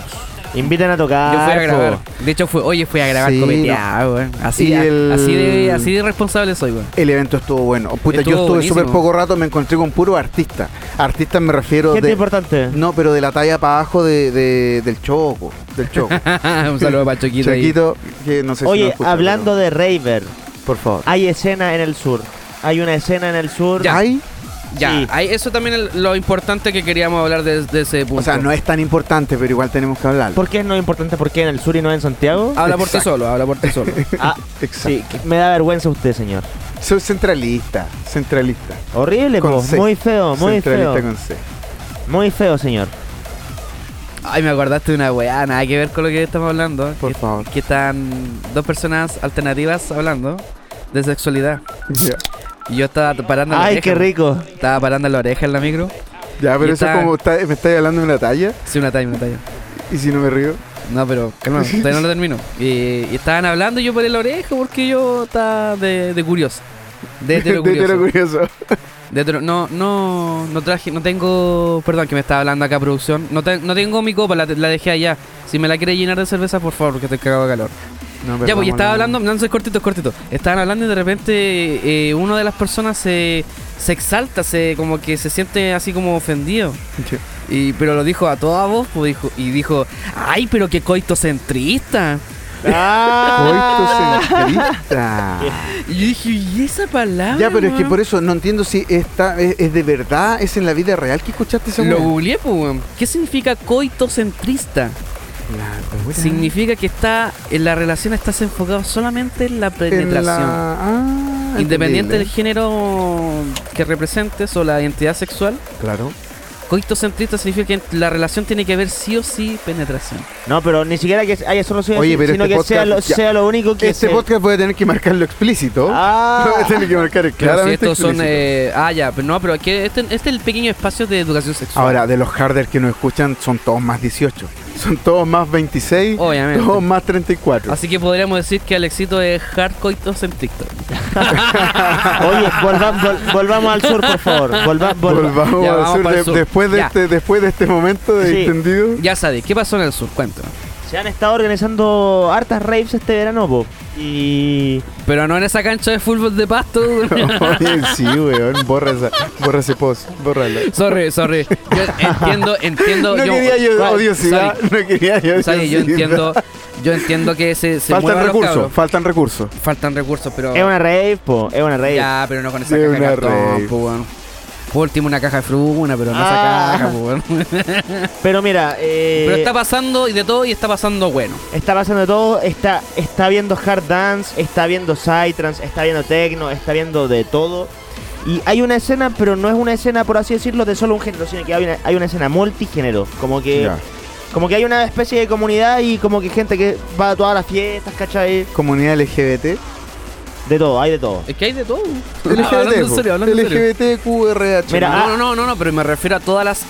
F: Invitan a tocar.
D: Yo fui a grabar.
F: po.
D: De hecho, fue, oye, fui a grabar
E: Sí,
D: cometeado, weón.
E: Y
D: Así, a-
E: el-
D: así, de, así de responsable soy, weón.
E: El evento estuvo bueno. Oh, puta,
D: Estuvo
E: yo estuve
D: buenísimo.
E: súper poco rato, me encontré con puro artista. Artistas me refiero
F: Gente
E: de...
F: importante.
E: No, pero de la talla para abajo de, de- del choco. Del choco.
D: Un saludo para Choquito. ahí.
E: Choquito, que no sé si
F: Oye,
E: nos escucha,
F: hablando de Raver,
E: pero- Por favor.
F: hay escena en el sur. Hay una escena en el sur.
D: Ya.
E: Ay,
D: Ya,
F: Sí.
D: ahí- eso también es lo importante que queríamos hablar de, de ese punto.
E: O sea, no es tan importante, pero igual tenemos que hablar.
F: ¿Por qué es no importante? ¿Por qué en el sur y no en Santiago?
D: Habla por ti
E: Exacto.
D: solo, habla por ti solo.
F: Ah,
E: Ah, Exacto.
F: sí, que- me da vergüenza usted, señor.
E: Soy centralista, centralista.
F: Horrible,
E: Con
F: po.
E: C.
F: Muy feo, muy
E: centralista
F: feo.
E: con C.
F: Muy feo, señor.
D: Ay, me acordaste de una weá, nada que ver con lo que estamos hablando. ¿eh?
E: Por
D: que,
E: favor.
D: que están dos personas alternativas hablando de sexualidad.
E: Ya,
D: Y yo estaba parando la
F: Ay,
D: oreja.
F: qué rico.
D: Estaba parando la oreja en la micro.
E: Ya, pero
D: Y
E: eso
D: está-
E: como está- me estáis hablando de una talla
D: Sí, una talla, una talla.
E: y si no me río.
D: No, pero calma, todavía no lo termino. Y, y estaban hablando y yo paré la oreja porque yo estaba de, de curioso. De hetero
E: De hetero
D: curioso.
E: curioso.
D: De hetero- no, no, no traje, no tengo. Perdón que me estaba hablando acá producción. No, te- no tengo mi copa, la, la dejé allá. Si me la quiere llenar de cerveza, por favor, porque estoy cagado de calor. Ya, pues y estaba hablando, no, no es cortito, es cortito. Estaban hablando y de repente eh, una de las personas se, se exalta, se como que se siente así como ofendido.
E: Sí.
D: Y, pero lo dijo a toda voz pues, dijo, y dijo, ay, pero qué coitocentrista.
F: Ah.
E: Coitocentrista.
D: Y yo dije, ¿y esa palabra?
E: Ya, pero es que
D: weón?"
E: por eso no entiendo si esta es, es de verdad, es en la vida real que escuchaste esa
D: Lo
E: weá.
D: googleé, pues, weón. ¿Qué significa coitocentrista?
E: La weá.
D: Significa que está en la relación estás enfocado solamente en la penetración.
E: En la- ah,
D: Independiente del
E: entendible.
D: género que representes o la identidad sexual,
E: Claro.
D: coitocentrista significa que la relación tiene que haber sí o sí penetración.
F: No, pero ni siquiera que haya solo sea,
E: Oye, pero
F: sino
E: este
F: que sea, lo,
E: podcast- ya.
F: sea lo único que
E: Este
F: se-
E: podcast voy a tener que marcarlo explícito.
F: Ah.
E: Voy a tener que marcar
D: Claro, si
E: claramente
D: estos son.
E: explícito.
D: eh, ah, ya, pero no, pero aquí este, este es el pequeño espacio de educación sexual.
E: Ahora, de los harders que nos escuchan, son todos más 18. Son todos más 26.
D: Obviamente.
E: Todos más 34.
D: Así que podríamos decir que Alexito es hard coitocentrista.
F: Oye, volva- vol- volvamos al sur, por favor. Volva- volva-
E: Volvamos
D: Ya,
E: al
D: vamos
E: sur,
D: para el
E: de-
D: sur.
E: Después, de
D: Ya.
E: este, después de este momento de
F: Sí.
E: entendido.
D: Ya sabes, ¿qué pasó en el sur? Cuéntame.
F: Se han estado organizando hartas raves este verano, po. Y.
D: Pero no en esa cancha de fútbol de pasto.
E: Oye, sí, weón. Borra, esa, borra ese post. Bórralo.
D: sorry, sorry. Yo entiendo, entiendo.
E: No quería yo
D: Sorry,
E: odiosidad.
D: sorry,
E: No quería yo
D: sorry, yo
E: odiosidad.
D: entiendo, yo entiendo que se, se
E: Faltan
D: muevan los
E: recursos.
D: cabros.
E: Faltan recursos.
D: Faltan recursos,
E: Ah.
D: pero.
F: Es una rave, po. Es una rave.
D: Ya, pero no con esa
E: De
D: caja de
E: una
D: cartón,
E: rave.
D: po, weón. Por último, una caja de fruna, pero no
F: Ah.
D: esa caja, po, weón.
F: Pero mira, eh,
D: Pero está pasando y de todo y está pasando bueno.
F: está pasando de todo. Está, está viendo hard dance, está viendo psytrance, está viendo techno, está viendo de todo. Y hay una escena, pero no es una escena, por así decirlo, de solo un género, sino que hay una, hay una escena multigénero. Como que.
E: Ya.
F: Como que hay una especie de comunidad y como que gente que va a todas las fiestas, ¿cachai?
E: Comunidad LGBT.
F: De todo, hay de todo.
D: Es que hay de todo.
E: LGBT.
D: Ah, hablando en
E: po.
D: serio, hablando en serio.
E: LGBT, QRH.
F: Mira,
D: No, no, no, no, no, pero me refiero a todas las,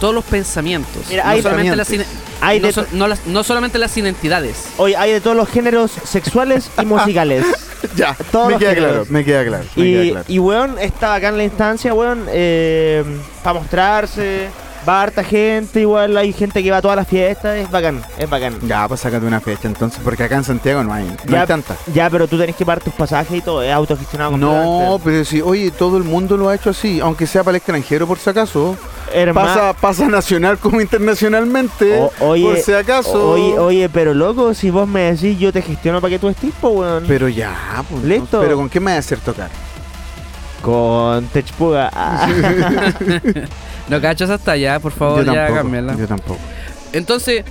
D: todos los pensamientos.
F: Mira,
D: no,
F: hay
D: solamente las,
E: pensamientos.
D: ine-
F: Hay
D: no
F: de
D: so-
F: to-
D: no las- no solamente las identidades.
F: Hoy hay de todos los géneros sexuales y musicales.
E: Ya,
F: Todos
E: me
F: los
E: queda
F: géneros.
E: claro, me queda claro, me
F: y,
E: queda claro.
F: y, weón, está acá en la instancia, weón, eh, para mostrarse. Va harta gente, igual hay gente que va a todas las fiestas, es bacán, es bacán.
E: Ya, pues sácate una fecha entonces, porque acá en Santiago no hay, no hay tanta.
F: ya, pero tú tenés que pagar tus pasajes y todo, es autogestionado.
E: No,
F: completamente.
E: pero sí, oye, todo el mundo lo ha hecho así, aunque sea para el extranjero por si acaso.
F: Herma-
E: Pasa, pasa nacional como internacionalmente,
F: o- oye,
E: por si acaso.
F: Oye, oye, pero loco, si vos me decís, yo te gestiono para que tú estés, po, weón.
E: Pero ya, pues,
F: Listo.
E: no, Pero ¿con qué me vas a hacer tocar?
F: Con Techpuga. ah.
D: No cachas hasta allá, por favor,
E: yo
D: Oh, ya
E: tampoco.
D: cámbiala.
E: Yo tampoco.
D: Entonces,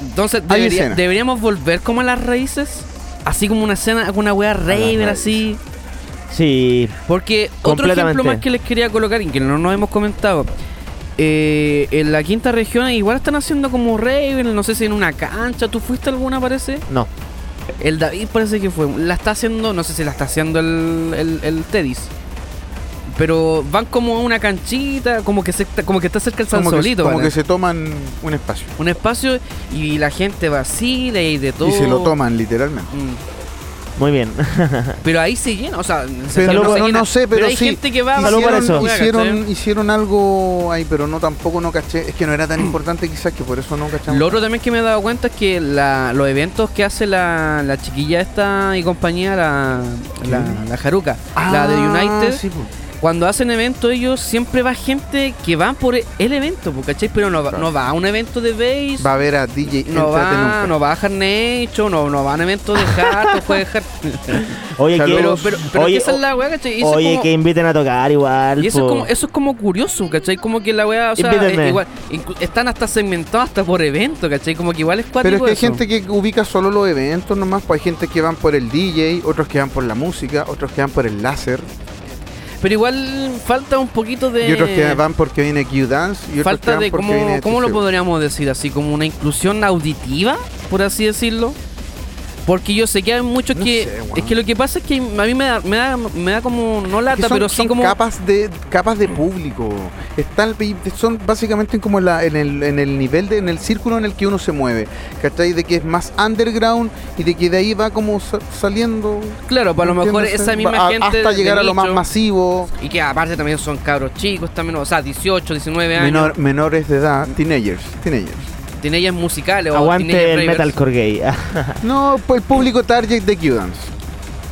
D: entonces
E: Hay
D: debería-
E: escena.
D: deberíamos volver como a las raíces, así como una escena, una wea raver
E: raíces.
D: así.
F: sí,
D: Porque otro ejemplo
F: Completamente.
D: más que les quería colocar y que no nos hemos comentado. eh, en la quinta región igual están haciendo como raver, no sé si en una cancha, ¿tú fuiste a alguna parece?
F: no.
D: El David parece que fue. La está haciendo, no sé si la está haciendo el, el, el Teddy's. Pero van como a una canchita, como que se, como que está cerca el San
E: Como,
D: Solito.
E: que, como
D: ¿vale?
E: que se toman un espacio.
D: Un espacio y la gente vacila y de todo.
E: Y se lo toman, literalmente.
D: Mm.
F: Muy bien.
D: Pero ahí se llena, o sea, en
E: Pero
D: Santiago
E: no,
D: se
E: no,
D: llena.
E: sé, pero,
D: hay
E: sí.
D: gente que va a
F: Salud
E: hicieron,
F: para eso.
E: Hicieron, hicieron algo ahí, pero no tampoco no caché. Es que no era tan importante quizás que por eso no cachamos.
D: Lo otro también que me he dado cuenta es que la- los eventos que hace la, la chiquilla esta y compañía, la, la, la Haruka, la de
E: Ah,
D: United,
E: sí, po.
D: cuando hacen eventos ellos siempre va gente que va por el evento, po, ¿cachai? Pero no, va- no va a un evento de base,
E: Va a ver a DJ
D: no
E: Entrate
D: va,
E: Nunca.
D: no va a Hardnation, no, no va a un evento de Hard, puede dejar.
F: Oye, que,
D: Pero, pero, pero
F: oye,
D: es que esa
F: o-
D: es la weá, ¿cachai? Y eso es
F: oye,
D: como-
F: que inviten a tocar igual.
D: y eso
F: po.
D: es, como, eso es como curioso, ¿cachai? Como que la weá, o sea,
F: Invítenme.
D: eh, igual, inclu- están hasta segmentados hasta por evento, ¿cachai? Como que igual es cuático
E: Pero es que hay
D: eso.
E: gente que ubica solo los eventos nomás, pues hay gente que van por el DJ, otros que van por la música, otros que van por el láser,
D: Pero igual falta un poquito de.
E: y otros que van porque viene Q-Dance, y otros que
D: falta
E: van
D: de.
E: porque
D: ¿Cómo,
E: viene
D: cómo lo
E: TCU.
D: podríamos decir así? Como una inclusión auditiva, por así decirlo. Porque yo sé que hay muchos
E: No
D: que.
E: sé, weón.
D: es que lo que pasa es que a mí me da, me da, me da como. No
E: Es que
D: lata,
E: son,
D: pero sí
E: son
D: como.
E: capas de capas de público. Está el pi- son básicamente como la, en, el, en el nivel de, en el círculo en el que uno se mueve. ¿Cachai? De que es más underground y de que de ahí va como sa- saliendo.
D: Claro, para lo mejor
E: ¿entiendes?
D: esa misma
E: Va-
D: gente.
E: hasta
D: de
E: llegar a lo más
D: nicho,
E: masivo.
D: Y que aparte también son cabros chicos, también, o sea, 18, 19 años.
E: Menor- menores de edad, teenagers, teenagers.
D: Tiene ellas musicales Este, o teenage
F: Aguante el
D: ravers.
F: metalcore gay.
E: No, pues el público target de Q-Dance.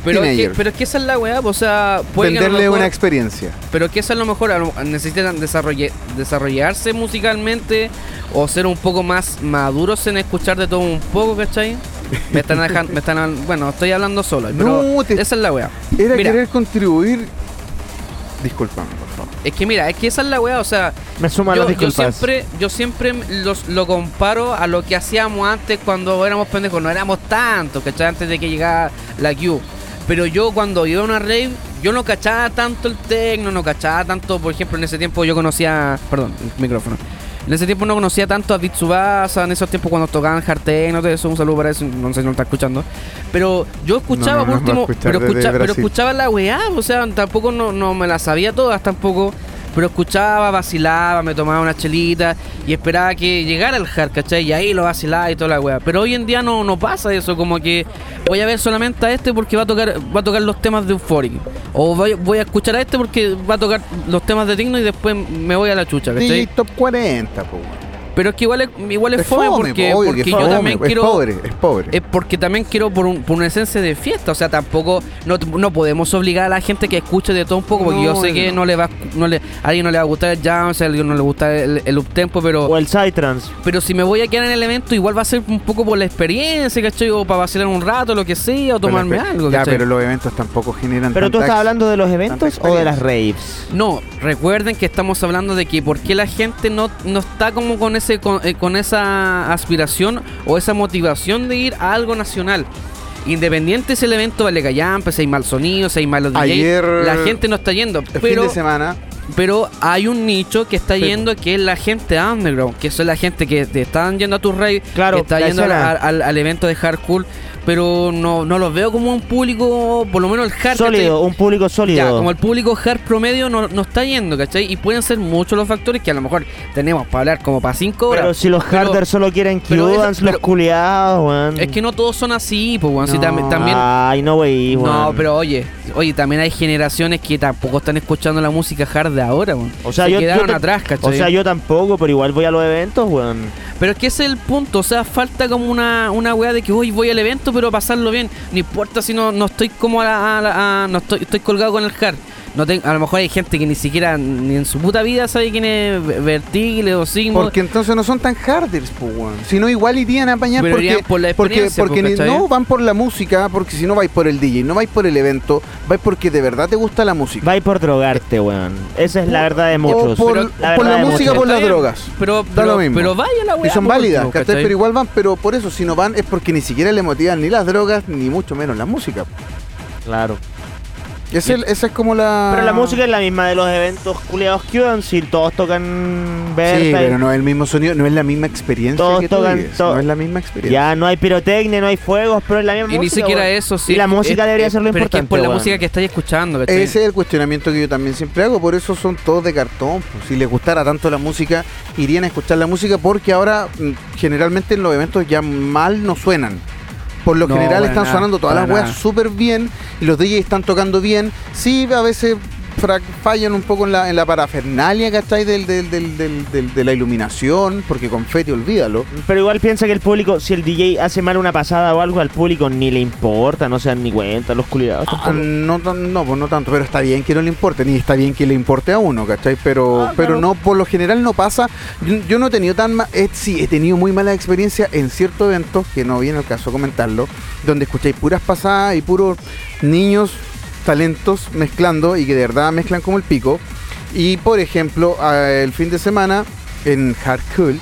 D: Pero es, que,
E: teenagers.
D: pero es que esa es la weá, o sea, puede que a lo
E: Venderle
D: mejor-
E: una experiencia.
D: Pero que eso a lo mejor a lo- necesitan desarrolle- desarrollarse musicalmente o ser un poco más maduros en escuchar de todo un poco, ¿cachai? Me están dejando, me están, bueno, estoy hablando solo, pero
E: No, te-
D: esa es la weá.
E: Era
D: Mira,
E: querer contribuir. Disculpame, por favor.
D: es que mira, es que esa es la weá, o sea,
F: Me suman
D: yo,
F: las
D: yo
F: disculpas.
D: siempre, yo siempre los, lo comparo a lo que hacíamos antes cuando éramos pendejos, no éramos tantos, ¿cachai? Antes de que llegara la Q. Pero yo cuando iba a una rave, yo no cachaba tanto el techno, no cachaba tanto, por ejemplo, en ese tiempo yo conocía, perdón, el micrófono. En ese tiempo no conocía tanto a Bitsubasa, en esos tiempos cuando tocaban hard techno, todo eso, un saludo para eso, no sé si no está escuchando. Pero yo escuchaba
E: No, no
D: por
E: nos va a
D: último,
E: escuchar
D: pero,
E: desde
D: escucha- pero
E: Brasil.
D: escuchaba la weá, o sea, tampoco no, no me la sabía todas tampoco, pero escuchaba, vacilaba, me tomaba una chelita y esperaba que llegara el hard, ¿cachai? Y ahí lo vacilaba y toda la weá. Pero hoy en día no, no pasa eso, como que voy a ver solamente a este porque va a tocar, va a tocar los temas de Euphoric. O voy, voy a escuchar a este porque va a tocar los temas de Tecno y después me voy a la chucha,
E: DJ
D: ¿cachai?
E: top 40, po.
D: Pero es que igual es, igual es fome, porque,
E: po, obvio que
D: porque
E: es
D: yo
E: fome,
D: también
E: po.
D: quiero
E: Es pobre, es pobre.
D: es Eh, porque también quiero por, un- por una esencia de fiesta. O sea, tampoco no, no podemos obligar a la gente que escuche de todo un poco, porque
E: No,
D: yo sé que
E: no.
D: no. le va, no le, a alguien no le va a gustar el jam, a alguien no le gusta el, el uptempo,
F: O
D: pero,
F: el Psytrance.
D: pero si me voy a quedar en el evento, igual va a ser un poco por la experiencia, ¿cachai? O para vacilar un rato, lo que sea, o tomarme
E: Pero-
D: algo,
E: Ya,
D: ¿cachai?
E: pero los eventos tampoco generan.
F: Pero tú
E: tanta
F: estás hablando de los eventos
E: tanta
F: o de las
E: experiencia.
F: raves.
D: No, recuerden que estamos hablando de que por qué la gente no, no está como con ese con, eh, con esa aspiración o esa motivación de ir a algo nacional. Independiente si el evento vale callampe, si hay mal sonido, si hay malos DJs,
E: Ayer-
D: la gente no está yendo.
E: El fin
D: Pero,
E: de semana.
D: pero hay un nicho que está yendo que es la gente underground, que son la gente que te están yendo a tus raves,
F: Claro,
D: que está
F: la
D: yendo
F: escena.
D: al, al- al evento de hardcore, pero no, no los veo como un público, por lo menos el hardcore.
F: Sólido, un público sólido.
D: Ya, como el público hard promedio no, no está yendo, ¿cachai? Y pueden ser muchos los factores que a lo mejor tenemos para hablar como para 5 horas.
F: Pero si los
D: pero-
F: harders solo quieren
D: pero esa-
F: Q-Dance, los
D: pero-
F: culiados, weón.
D: Es que no todos son así, pues, weón. Si tam- también.
F: Ay, no, wey, weón.
D: No, pero oye, oye, también hay generaciones que tampoco están escuchando la música hard de ahora, weón.
F: O sea,
D: Se
F: yo,
D: quedaron
F: yo ta-
D: atrás,
F: O
D: ¿cachai?
F: sea, yo tampoco, pero igual voy a los eventos, weón.
D: Pero es que ese es el punto, o sea, falta como una, una weá de que hoy voy al evento, pero a pasarlo bien. No importa si no, no estoy como a la. a la- a- no estoy, estoy colgado con el hard. No ten- a lo mejor hay gente que ni siquiera ni en su puta vida sabe quién es Ver- Vertigle o Sigmo.
E: Porque entonces no son tan harders, po, weón. Si no, igual irían a apañar
D: Pero
E: porque,
D: irían por la
E: porque,
D: experiencia,
E: porque
D: po,
E: ni-
D: ¿cachai?
E: no van por la música, porque si no vais por el DJ, no vais por el evento, vais porque de verdad te gusta la música.
F: Vais por drogarte, weón. Esa es la verdad de muchos.
E: por-
F: Pero
E: por la
F: verdad de
E: música,
F: muchos.
E: por
D: Está
E: las
D: bien,
E: drogas.
D: Pero,
E: Da
D: pero,
E: lo mismo.
D: pero vaya la
E: Y
D: weá.
E: son
D: por
E: válidas,
D: último,
E: ¿cachai?
D: ¿cachai?
E: Pero igual van, pero por eso si no van es porque ni siquiera le motivan ni las drogas, ni mucho menos la música.
F: Claro.
E: Es el- esa es como la...
F: Pero la música es la misma de los eventos culiados Q-Dance. Si todos tocan
E: Sí,
F: verde.
E: pero no es el mismo sonido, no es la misma experiencia
F: Todos
E: que tú
F: tocan
E: vives,
F: to-
E: No es la misma experiencia.
F: Ya no hay pirotecnia, no hay fuegos, pero es la misma
D: Y
F: música.
D: ni siquiera
F: weón.
D: eso, sí.
F: Y la música
D: Es-
F: debería ser lo
D: pero es que
F: importante.
D: es por la
F: weón.
D: música que estáis escuchando, ¿cachai?
E: Ese es el cuestionamiento que yo también siempre hago, por eso son todos de cartón. pues. Si les gustara tanto la música, irían a escuchar la música porque ahora mm, generalmente en los eventos ya mal no suenan. Por lo
D: No,
E: general
D: para
E: están
D: nada,
E: sonando todas
D: para
E: las weas
D: nada.
E: súper bien y los DJs están tocando bien. Sí, a veces fra- fallan un poco en la, en la parafernalia, ¿cachai? Del, del, del, del- del- de la iluminación, porque confeti, olvídalo.
F: Pero igual piensa que el público, si el DJ hace mal una pasada o algo, al público ni le importa, no se dan ni cuenta, los culiados.
E: Ah, no, tan- no, pues no tanto, pero está bien que no le importe, ni está bien que le importe a uno, ¿cachai? Pero,
F: Ah,
E: pero
F: claro.
E: no, por lo general no pasa. Yo, yo no he tenido tan ma- eh, sí, he tenido muy mala experiencia en ciertos eventos, que no viene al caso comentarlo, donde escucháis puras pasadas y puros niños talentos mezclando y que de verdad mezclan como el pico. Y por ejemplo, a- el fin de semana en Hardcore,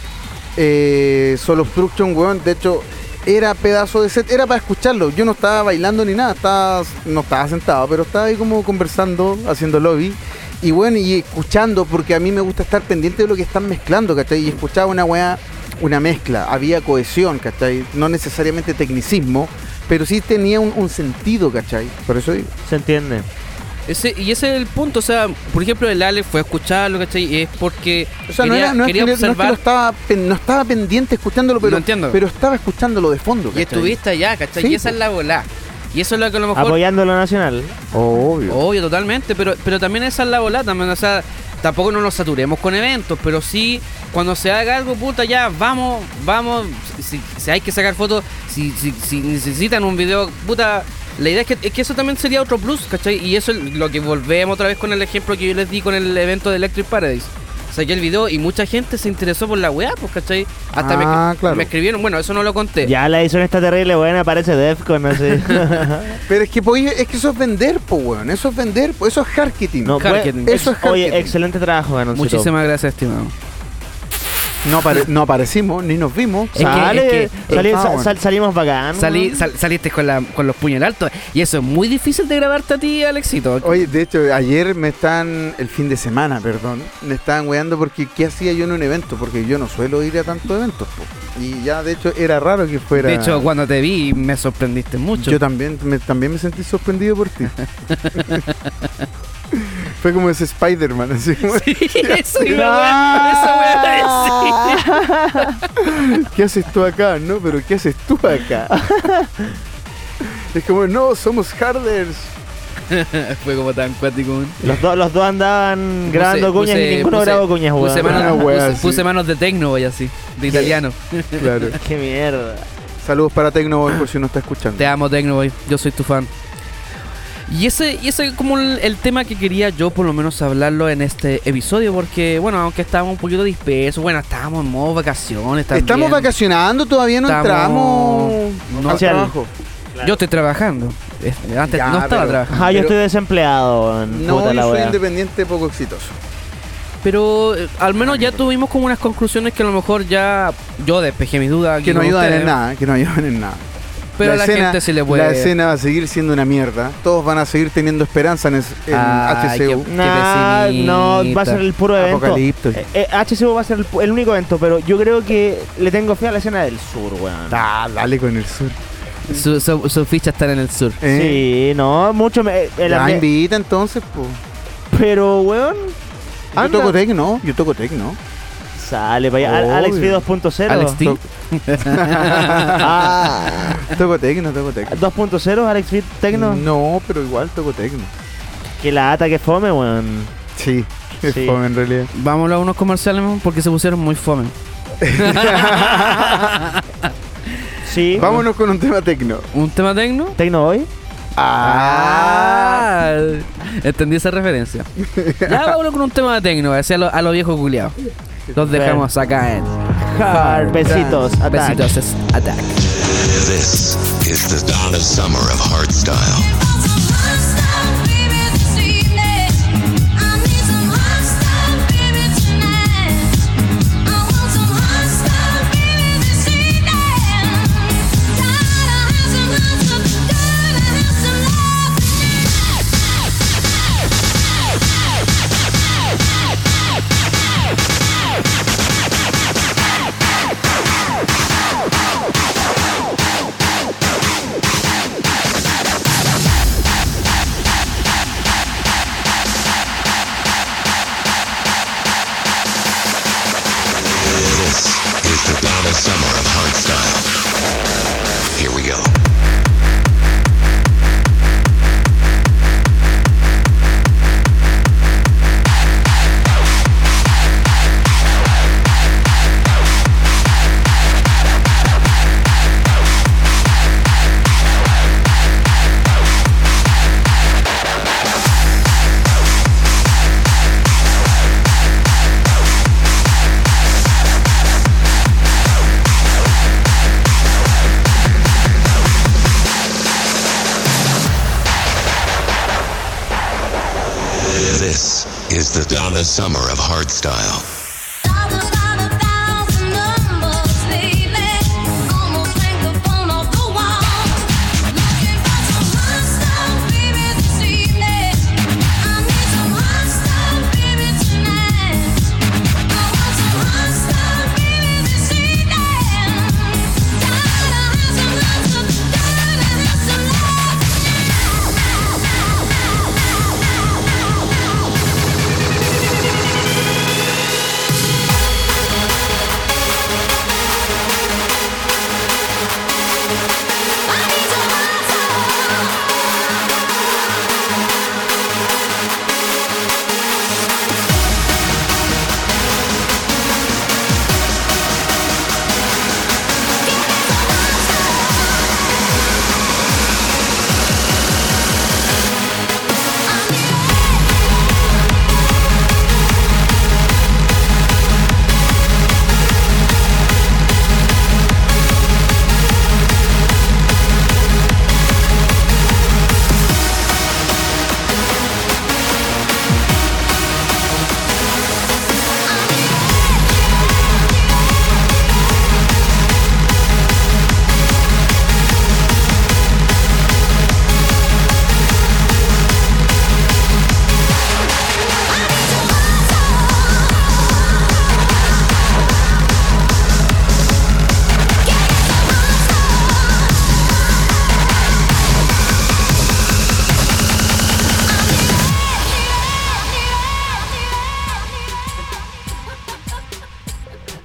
E: eh, Solo Obstruction, weón, de hecho, era pedazo de set, era para escucharlo. Yo no estaba bailando ni nada, estaba, no estaba sentado, pero estaba ahí como conversando, haciendo lobby. Y bueno, y escuchando, porque a mí me gusta estar pendiente de lo que están mezclando, ¿cachai? Y escuchaba una weá, una mezcla, había cohesión, ¿cachai? No necesariamente tecnicismo, pero sí tenía un, un sentido, ¿cachai? Por eso digo.
F: Se entiende.
D: Ese, y ese es el punto, o sea, por ejemplo, el Ale fue a escucharlo, ¿cachai? Y es porque
E: O sea,
D: quería,
E: no, era, no, es
D: quería
E: que, no es que
D: observar
E: lo estaba, pen- no estaba pendiente escuchándolo, pero,
D: Lo entiendo.
E: pero estaba escuchándolo de fondo.
D: y
E: ¿cachai?
D: estuviste allá, ¿cachai?
E: Sí,
D: y esa
E: po.
D: es la volá. Y eso es lo que a lo mejor...
F: Apoyando lo nacional.
E: Obvio.
D: Obvio, totalmente, pero, pero también esa es la volá, también, o sea, tampoco no nos saturemos con eventos, pero sí, cuando se haga algo, puta, ya, vamos, vamos, si, si hay que sacar fotos, si, si, si necesitan un video, puta, la idea es que, es que eso también sería otro plus, ¿cachai? Y eso es lo que volvemos otra vez con el ejemplo que yo les di con el evento de Electric Paradise. Saqué el video y mucha gente se interesó por la weá, pues, ¿cachai? Hasta me,
E: Ah, claro.
D: me escribieron, bueno, eso no lo conté.
F: Ya la edición está terrible, bueno, aparece Defcon así.
E: Pero es que, podí- es que eso es vender, po, weón. Eso es vender, po. eso es marketing.
F: No, pues,
D: Harketing.
E: Eso es
F: Oye,
E: Harketing.
F: excelente trabajo, Ganoncito.
D: Muchísimas gracias, estimado.
E: No, apare- no aparecimos, ni nos vimos.
D: Es que-
F: Sale,
D: es
E: que-
F: sale-
E: Ah,
F: sa-
E: bueno.
F: sal- salimos bacán.
D: Salí,
F: ¿no?
D: sal- saliste con, la, con los puños altos. Y eso es muy difícil de grabarte a ti, Alexito.
E: Oye, de hecho, ayer me están, el fin de semana, perdón, me estaban weando porque ¿qué hacía yo en un evento? Porque yo no suelo ir a tantos eventos, po. Y ya, de hecho, era raro que fuera...
D: De hecho, cuando te vi, me sorprendiste mucho.
E: Yo también me, también me sentí sorprendido por ti. Fue como ese Spider-Man, así como,
D: Sí, eso iba
E: No.
D: a- eso iba a decir.
E: ¿qué haces tú acá? No, pero ¿qué haces tú acá? es como, no, somos harders.
D: Fue como tan cuático. un-
F: Los, dos- los dos andaban
D: Puse-
F: grabando cuñas
D: puse-
F: y ninguno
D: puse-
F: grabó cuñas, weón.
D: Puse,
E: Una
D: manos,
E: wea
D: puse-
E: así.
D: puse manos de tecno, voy así, de italiano.
E: Claro.
F: Qué mierda.
E: Saludos para Tecnoboy por si no está escuchando.
D: Te amo, Tecnoboy. Yo soy tu fan. Y ese, y ese es como el, el tema que quería yo por lo menos hablarlo en este episodio, porque bueno, aunque estábamos un poquito dispersos, bueno, estábamos en modo vacaciones también.
E: Estamos vacacionando, todavía no
D: Estamos-
E: entramos
D: no.
E: al trabajo.
D: Yo estoy trabajando. Eh, Antes
E: Ya,
D: no estaba
E: pero-
D: trabajando.
F: Ajá, Ah, yo
E: Pero-
F: estoy desempleado, weón.
E: No,
F: Puta la
E: yo soy
F: wea.
E: independiente poco exitoso.
D: Pero eh, al menos ya tuvimos como unas conclusiones que a lo mejor ya yo despejé mis dudas.
E: Que no ayudan
D: ayudan
E: en nada, que no ayudan en nada.
D: Pero a la gente sí le puede.
E: La escena va a seguir siendo una mierda. Todos van a seguir teniendo esperanza en, es- en
D: Ay,
E: HCU.
D: qué-
F: Nah,
D: pesimista.
F: no, va a ser el puro evento.
E: Apocalipto.
F: Eh, eh, HCU va a ser el, pu- el único evento, pero yo creo que le tengo fe a la escena del sur, weón.
E: Ah, dale con el sur.
D: Sus su, sus fichas están en el sur.
E: ¿eh?
F: Sí, no, mucho. Me, eh, el
E: Ya,
F: ambi-
E: invita entonces, po.
F: pero, weón.
E: Yo
F: anda-
E: toco tecno, yo toco tecno.
F: Sale, vaya. Al- Alex
E: Obvio.
F: P 2.0.
D: Alex T.
F: Ah,
E: Toco tecno, toco tecno.
F: 2.0, Alex P Tecno.
E: No, pero igual toco tecno.
F: Que la ata que fome, weón.
E: Sí, es
F: Sí.
E: fome en realidad.
D: Vámonos a unos comerciales man, porque se pusieron muy fome.
F: Sí.
E: Vámonos con un tema tecno.
D: ¿Un tema tecno?
F: Tecno hoy.
D: Ah, entendí esa referencia. ya vámonos con un tema de tecno, así a los lo viejos culiados. Los dejamos acá en
F: Hard. Besitos. Attack.
D: Besitos es Attack.
H: This is the dawn of summer of hardstyle. is the Donna Summer of hardstyle.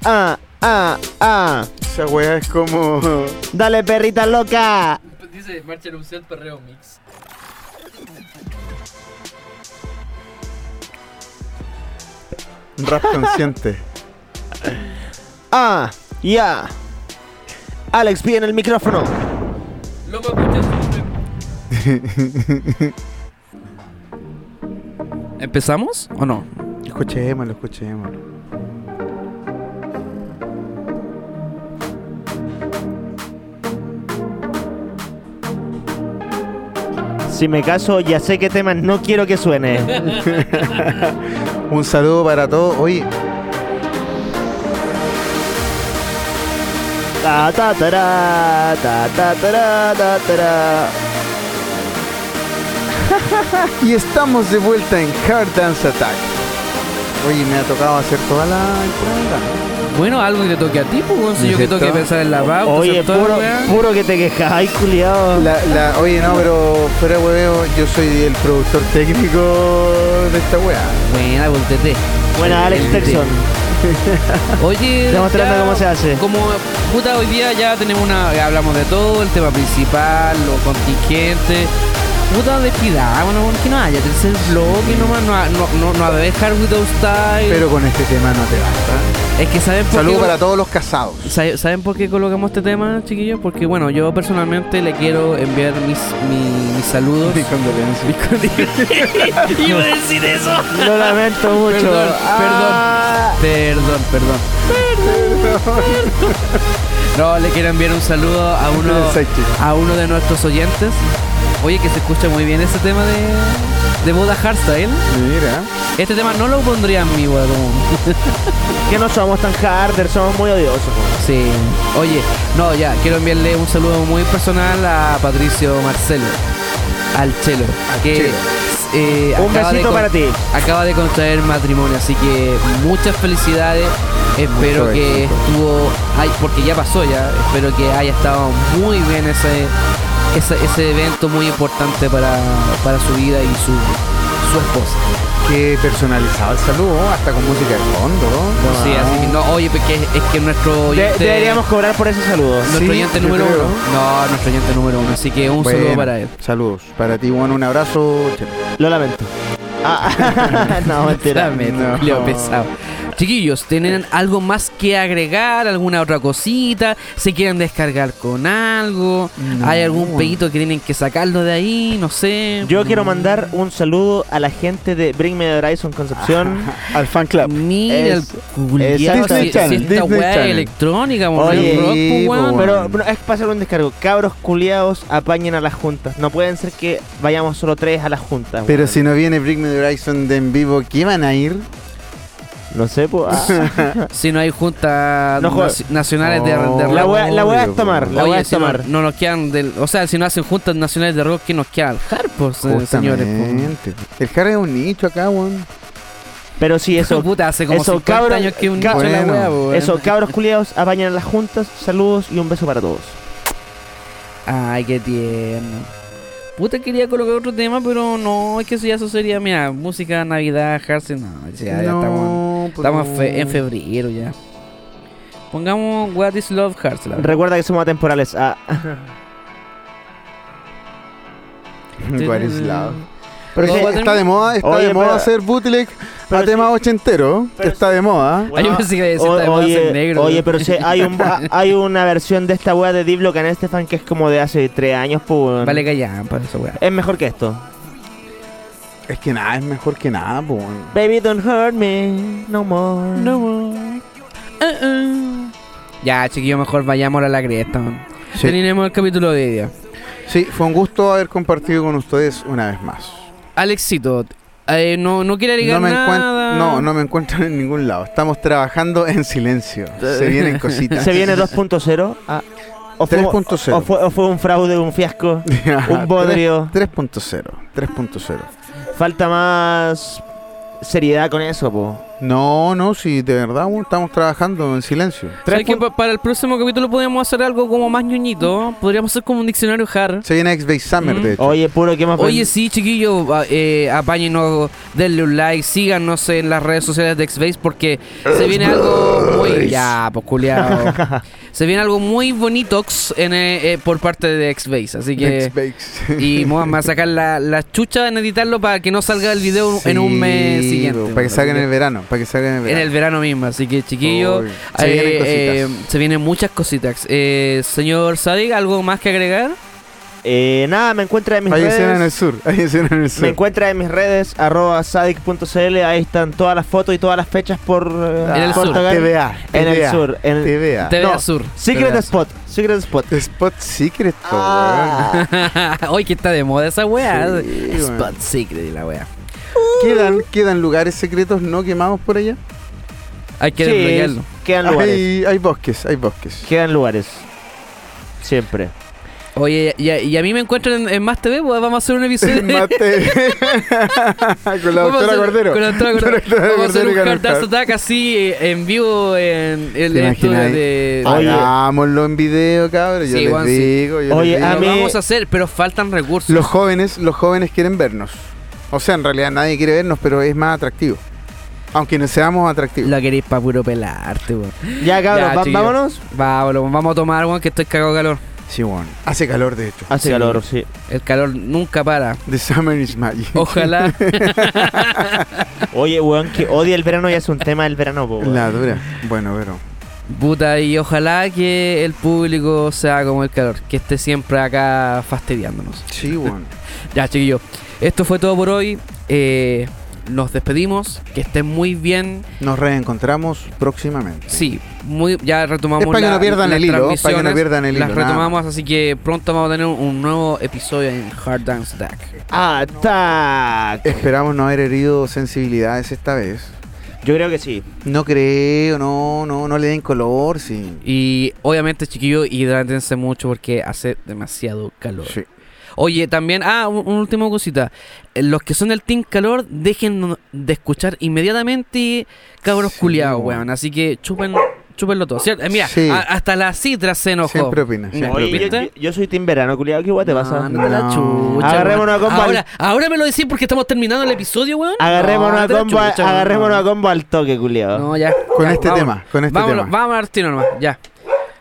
F: Ah, ah, ah.
E: Esa weá es como.
F: Dale, perrita loca.
D: Dice Marcha Lucel Perreo Mix.
E: un Rap consciente.
F: Ah, ya. Alex, pide el micrófono.
D: Loco, escuchas. ¿Empezamos o no?
E: escuchémoslo, escuchémoslo.
F: Si me caso, ya sé qué temas no quiero que suene.
E: Un saludo para todos. Oye,
F: Ta, ta, tará, ta, ta, tará, ta,
E: ah.
F: tará.
E: y estamos de vuelta en Hard Dance Attack. Oye, me ha tocado hacer toda la entrada.
D: Bueno, algo que te toque a ti, pues, weón, si yo que
E: Perfecto.
D: toque pensar en la pauta,
F: Oye,
D: hacer todo,
F: puro,
D: weón.
F: puro que te quejas. Ay, culiao.
E: La, la- oye, no, pero fuera de hueveo, yo soy el productor técnico de esta weá.
D: Buena, pues, voltete.
F: Buena, Alex Texon.
D: Oye,
F: Estamos tratando
D: ya-
F: cómo se hace.
D: Como puta, hoy día ya tenemos una. Hablamos de todo, el tema principal, lo contingente. Puta, despidámonos, bueno, que no haya tercer bloque nomás, no, ha- no, no, no va a haber Hard Without Style.
E: Pero con este tema no te basta.
D: es que saben por
E: Saludo
D: qué.
E: para todos los casados.
D: ¿Sabe- ¿Saben por qué colocamos este tema, chiquillos? Porque, bueno, yo personalmente le quiero enviar mis, mi- mis saludos.
E: Mi condolencia.
D: Iba a decir eso.
F: Lo lamento mucho.
D: Perdón,
F: Ah.
D: Perdón, perdón. No, le quiero enviar un saludo a uno,
E: Exacto.
D: a uno de nuestros oyentes. Oye, que se escucha muy bien ese tema de, de Boda Hardstyle.
E: Mira.
D: Este tema no lo pondría en mi boda como-
F: Que no somos tan harder, somos muy odiosos. weón.
D: Sí. Oye, no, ya, quiero enviarle un saludo muy personal a Patricio Marcelo, al Chelo. que,
E: Chelo.
D: eh,
F: Un
D: acaba de
F: besito
D: con-
F: para ti.
D: Acaba de contraer matrimonio, así que muchas felicidades. Espero
E: Mucho
D: que
E: éxito.
D: estuvo, ay, porque ya pasó ya, espero que haya estado muy bien ese, ese, ese evento muy importante para, para su vida y su, su esposa.
E: Qué personalizado el saludo, hasta con música de fondo. ¿no?
D: Sí, así que no, oye, porque es, es que nuestro
F: Ah. De-
D: oyente-
F: deberíamos cobrar por ese saludo.
D: este- Nuestro
E: Sí,
D: oyente
E: yo
D: número
E: creo.
D: uno. No, nuestro oyente número uno. Así que un
E: Bueno,
D: saludo para él.
E: Saludos. Para ti, Juan, un abrazo.
F: Lo lamento. Ah, no, mentira.
D: Dame,
E: no.
D: Julio pesado. Chiquillos, ¿tienen algo más que agregar? ¿Alguna otra cosita? ¿Se quieren descargar con algo?
E: No.
D: ¿Hay algún pedito que tienen que sacarlo de ahí? No sé.
F: Yo quiero mandar un saludo a la gente de Bring Me the Horizon Concepción.
E: Al fan club.
D: Mira el
F: Es-
D: culiado.
F: Exacto.
D: Si, si
E: Channel,
D: esta
E: Disney
D: weá es
E: Channel.
D: electrónica, weón,
F: Oye,
D: el rock, pues, weón.
E: po, weón.
F: Pero, pero es para hacer un descargo. Cabros culiados apañen a las juntas. No pueden ser que vayamos solo tres a las juntas.
E: Pero
F: weón.
E: si no viene Bring Me the Horizon de en vivo, ¿qué van a ir?
F: No sé, pues. ah.
D: Si no hay juntas
F: No jodas.
D: naci- nacionales
E: Oh.
D: de, de rock.
F: la wea la wea es
E: Obvio,
F: tomar. La
D: Oye,
F: wea es
D: si no,
F: tomar.
D: no nos quedan del, o sea, si no hacen juntas nacionales de rock, ¿qué nos queda? El hard, pues, eh, señores. pues.
E: Justamente. El Harry es un nicho acá, weón.
F: Pero sí, eso.
D: Puta, hace como
F: eso,
D: 50
F: cabros,
D: años que un nicho
F: ca-
D: la pues.
E: Bueno,
D: wea, po, weón.
F: Eso, cabros culiados apañen a las juntas. Saludos y un beso para todos.
D: Ay, qué tierno. Puta, quería colocar otro tema, pero no, es que eso ya eso sería, mira, música, Navidad, Harse, no, ya, ya estamos,
E: pues
F: pues
D: estamos en fe- en febrero ya. Pongamos What is Love Harse, la verdad.
F: Recuerda que somos atemporales. Ah,
E: ¿Cuál es la? Pero
D: No,
E: sí,
D: va a
E: está
D: terminar-
E: de moda, está
F: Oye,
E: de moda
F: pero-
E: hacer bootleg
F: pero
E: a
F: sí-
E: tema ochentero.
F: pero
E: está de moda.
D: Ay, yo pensé que iba a decir,
F: O-
D: está de moda ser negro,
F: Ah, oye,
D: weón.
F: pero si ah, hay, un, a- hay una versión de esta wea de Diplo Can Estefan que es como de hace tres años, pues. weón.
D: Vale, callan, para eso, weón.
F: Es mejor que esto.
E: Es que nada, es mejor que nada, po, weón.
F: Baby, don't hurt me no more.
D: No more. Uh, uh. Ya, chiquillos, mejor vayamos a la cresta. man.
E: Sí.
D: Terminemos el capítulo de hoy día.
E: Sí, fue un gusto haber compartido con ustedes una vez más.
D: Alexito, eh, no, no quiere agregar
E: No me, encuent-
D: nada.
E: no, no me encuentro en ningún lado. Estamos trabajando en silencio. Se vienen cositas.
F: Se viene 2.0. Ah, o, fue-
E: 3.0.
F: o fue, o fue un fraude, un fiasco, un bodrio.
E: 3.0. 3.0.
F: Falta más seriedad con eso, po.
E: No, no, sí, de verdad weón, estamos trabajando en silencio.
D: ¿Sabes que pa- para el próximo capítulo podríamos hacer algo como más ñoñito? Podríamos hacer como un diccionario hard.
E: Se viene X-Base Summer,
D: Mm.
E: de hecho.
F: Oye, puro, que más
D: Oye, sí, chiquillos, a- eh, apáñenos, denle un like, síganos en las redes sociales de Xbase porque se viene algo muy. Ya, pues culiao. se viene algo muy bonito eh, por parte de Xbase, así que.
E: X-Base.
D: Y me va a sacar la, la chucha en editarlo para que no salga el video en un mes
E: Sí,
D: siguiente.
E: po, Para que
D: Así
E: salga en
D: que-
E: el verano. Para que salga en el
D: en
E: verano.
D: el verano mismo, así que chiquillos,
E: Uy,
D: eh,
E: se vienen
D: eh,
E: cositas.
D: se vienen muchas cositas. Eh, señor Sadik, ¿algo más que agregar?
F: Eh, nada, me encuentra en mis
E: Hay
F: redes.
E: escena en el sur. Hay escena en el sur.
F: Me encuentra en mis redes, arroba sadic.cl, ahí están todas las fotos y todas las fechas por... eh,
D: En el
F: por
D: sur.
F: tocar.
E: TVA.
F: En el
E: TVA,
F: sur. En el-
E: TVA.
D: TV
F: No,
D: Azur.
F: Secret Spot, Secret Spot.
E: Spot Secret, po, weón.
F: Ah,
D: Hoy que está de moda esa weá.
E: Sí,
D: Spot
E: weón.
D: Secret, la weá.
E: ¿Quedan, ¿Quedan lugares secretos no quemados por allá?
D: Hay que
F: sí,
D: desbloquearlo.
F: quedan lugares.
E: Hay, hay bosques, hay bosques.
F: Quedan lugares. Siempre.
D: Oye, y a, y a mí me encuentran en, en Más TV, pues vamos a hacer un episodio.
E: Mate. con la
D: Vamos a
E: doctora
D: hacer-
E: Cordero.
D: Con la doctora Cordero. Vamos a hacer un Hard Dance Attack así eh, en vivo en el
E: ¿Te
D: estudio
E: imagináis?
D: de.
F: Oye.
E: Hagámoslo en video, cabrón. Yo
D: Sí,
E: les
D: Juan, sí.
E: digo. yo
F: Oye,
E: les
F: a
D: Lo
F: mí-
D: vamos a hacer, pero faltan recursos.
E: Los jóvenes, los jóvenes quieren vernos. O sea, en realidad nadie quiere vernos, pero es más atractivo. Aunque no seamos atractivos.
D: La queréis para puro pelarte, weón.
F: Ya, cabros,
D: Ya,
F: va-
D: chiquillos.
F: vámonos.
D: Vámonos, vamos a tomar, weón, que estoy cagado de calor.
E: Sí, bueno. Hace calor, de hecho.
F: Hace
D: Sí.
F: calor, sí.
D: El calor nunca para.
E: The summer is magic.
D: Ojalá.
F: Oye, weón, que odia el verano y es un tema del verano, po, weón.
E: La dura. Bueno, pero.
D: Puta, y ojalá que el público sea como el calor, que esté siempre acá fastidiándonos.
E: Sí, bueno.
D: Ya, chiquillos, esto fue todo por hoy. Eh, nos despedimos, que estén muy bien.
E: Nos reencontramos próximamente.
D: Sí, muy, ya retomamos
E: Es para que no pierdan
D: las
E: el hilo, para que no
D: transmisiones,
E: pierdan el
D: Las
E: hilo, nada
D: retomamos, así que pronto vamos a tener un nuevo episodio en Hard Dance Deck.
F: Attack.
E: Esperamos no haber herido sensibilidades esta vez.
F: Yo creo que sí.
E: No creo, no, no, no le den color, sí.
D: Y obviamente, chiquillos, hidrátense mucho porque hace demasiado calor.
E: Sí.
D: Oye, también, ah, un, un último cosita. Eh, Los que son del Team Calor, dejen de escuchar inmediatamente cabros
E: Sí,
D: culiados,
E: weón.
D: weón. Así que chupen, chúpenlo todo, ¿cierto? Eh, mira,
E: Sí.
D: a- hasta la citra se enojó.
E: Siempre opina, siempre
F: Oye, yo,
D: ¿viste?
F: yo- yo soy team verano, culiado. ¿Qué guay te pasa?
D: Ándate a Ah, la
E: No.
D: chucha,
F: Agarrémonos
D: weón.
F: a combo al-
D: Ahora, ahora me lo decís porque estamos terminando el episodio, weón.
F: Agarrémonos a
D: Ándate a la
F: combo,
D: chucha, weón.
F: agarrémonos a combo al toque, culiado.
D: No, ya.
E: Con
D: ya,
E: este tema, con este
D: vámonos,
E: tema.
D: Vamos a tiro nomás, ya.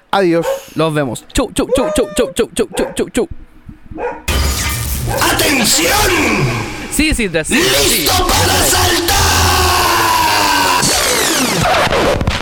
E: Adiós.
D: Los vemos. Chau, chau, chau, chau, chau, chau, chau, chau, chau, chau.
I: ¡Atención!
D: Sí, Citra, sí, sí.
I: ¡Listo para saltar!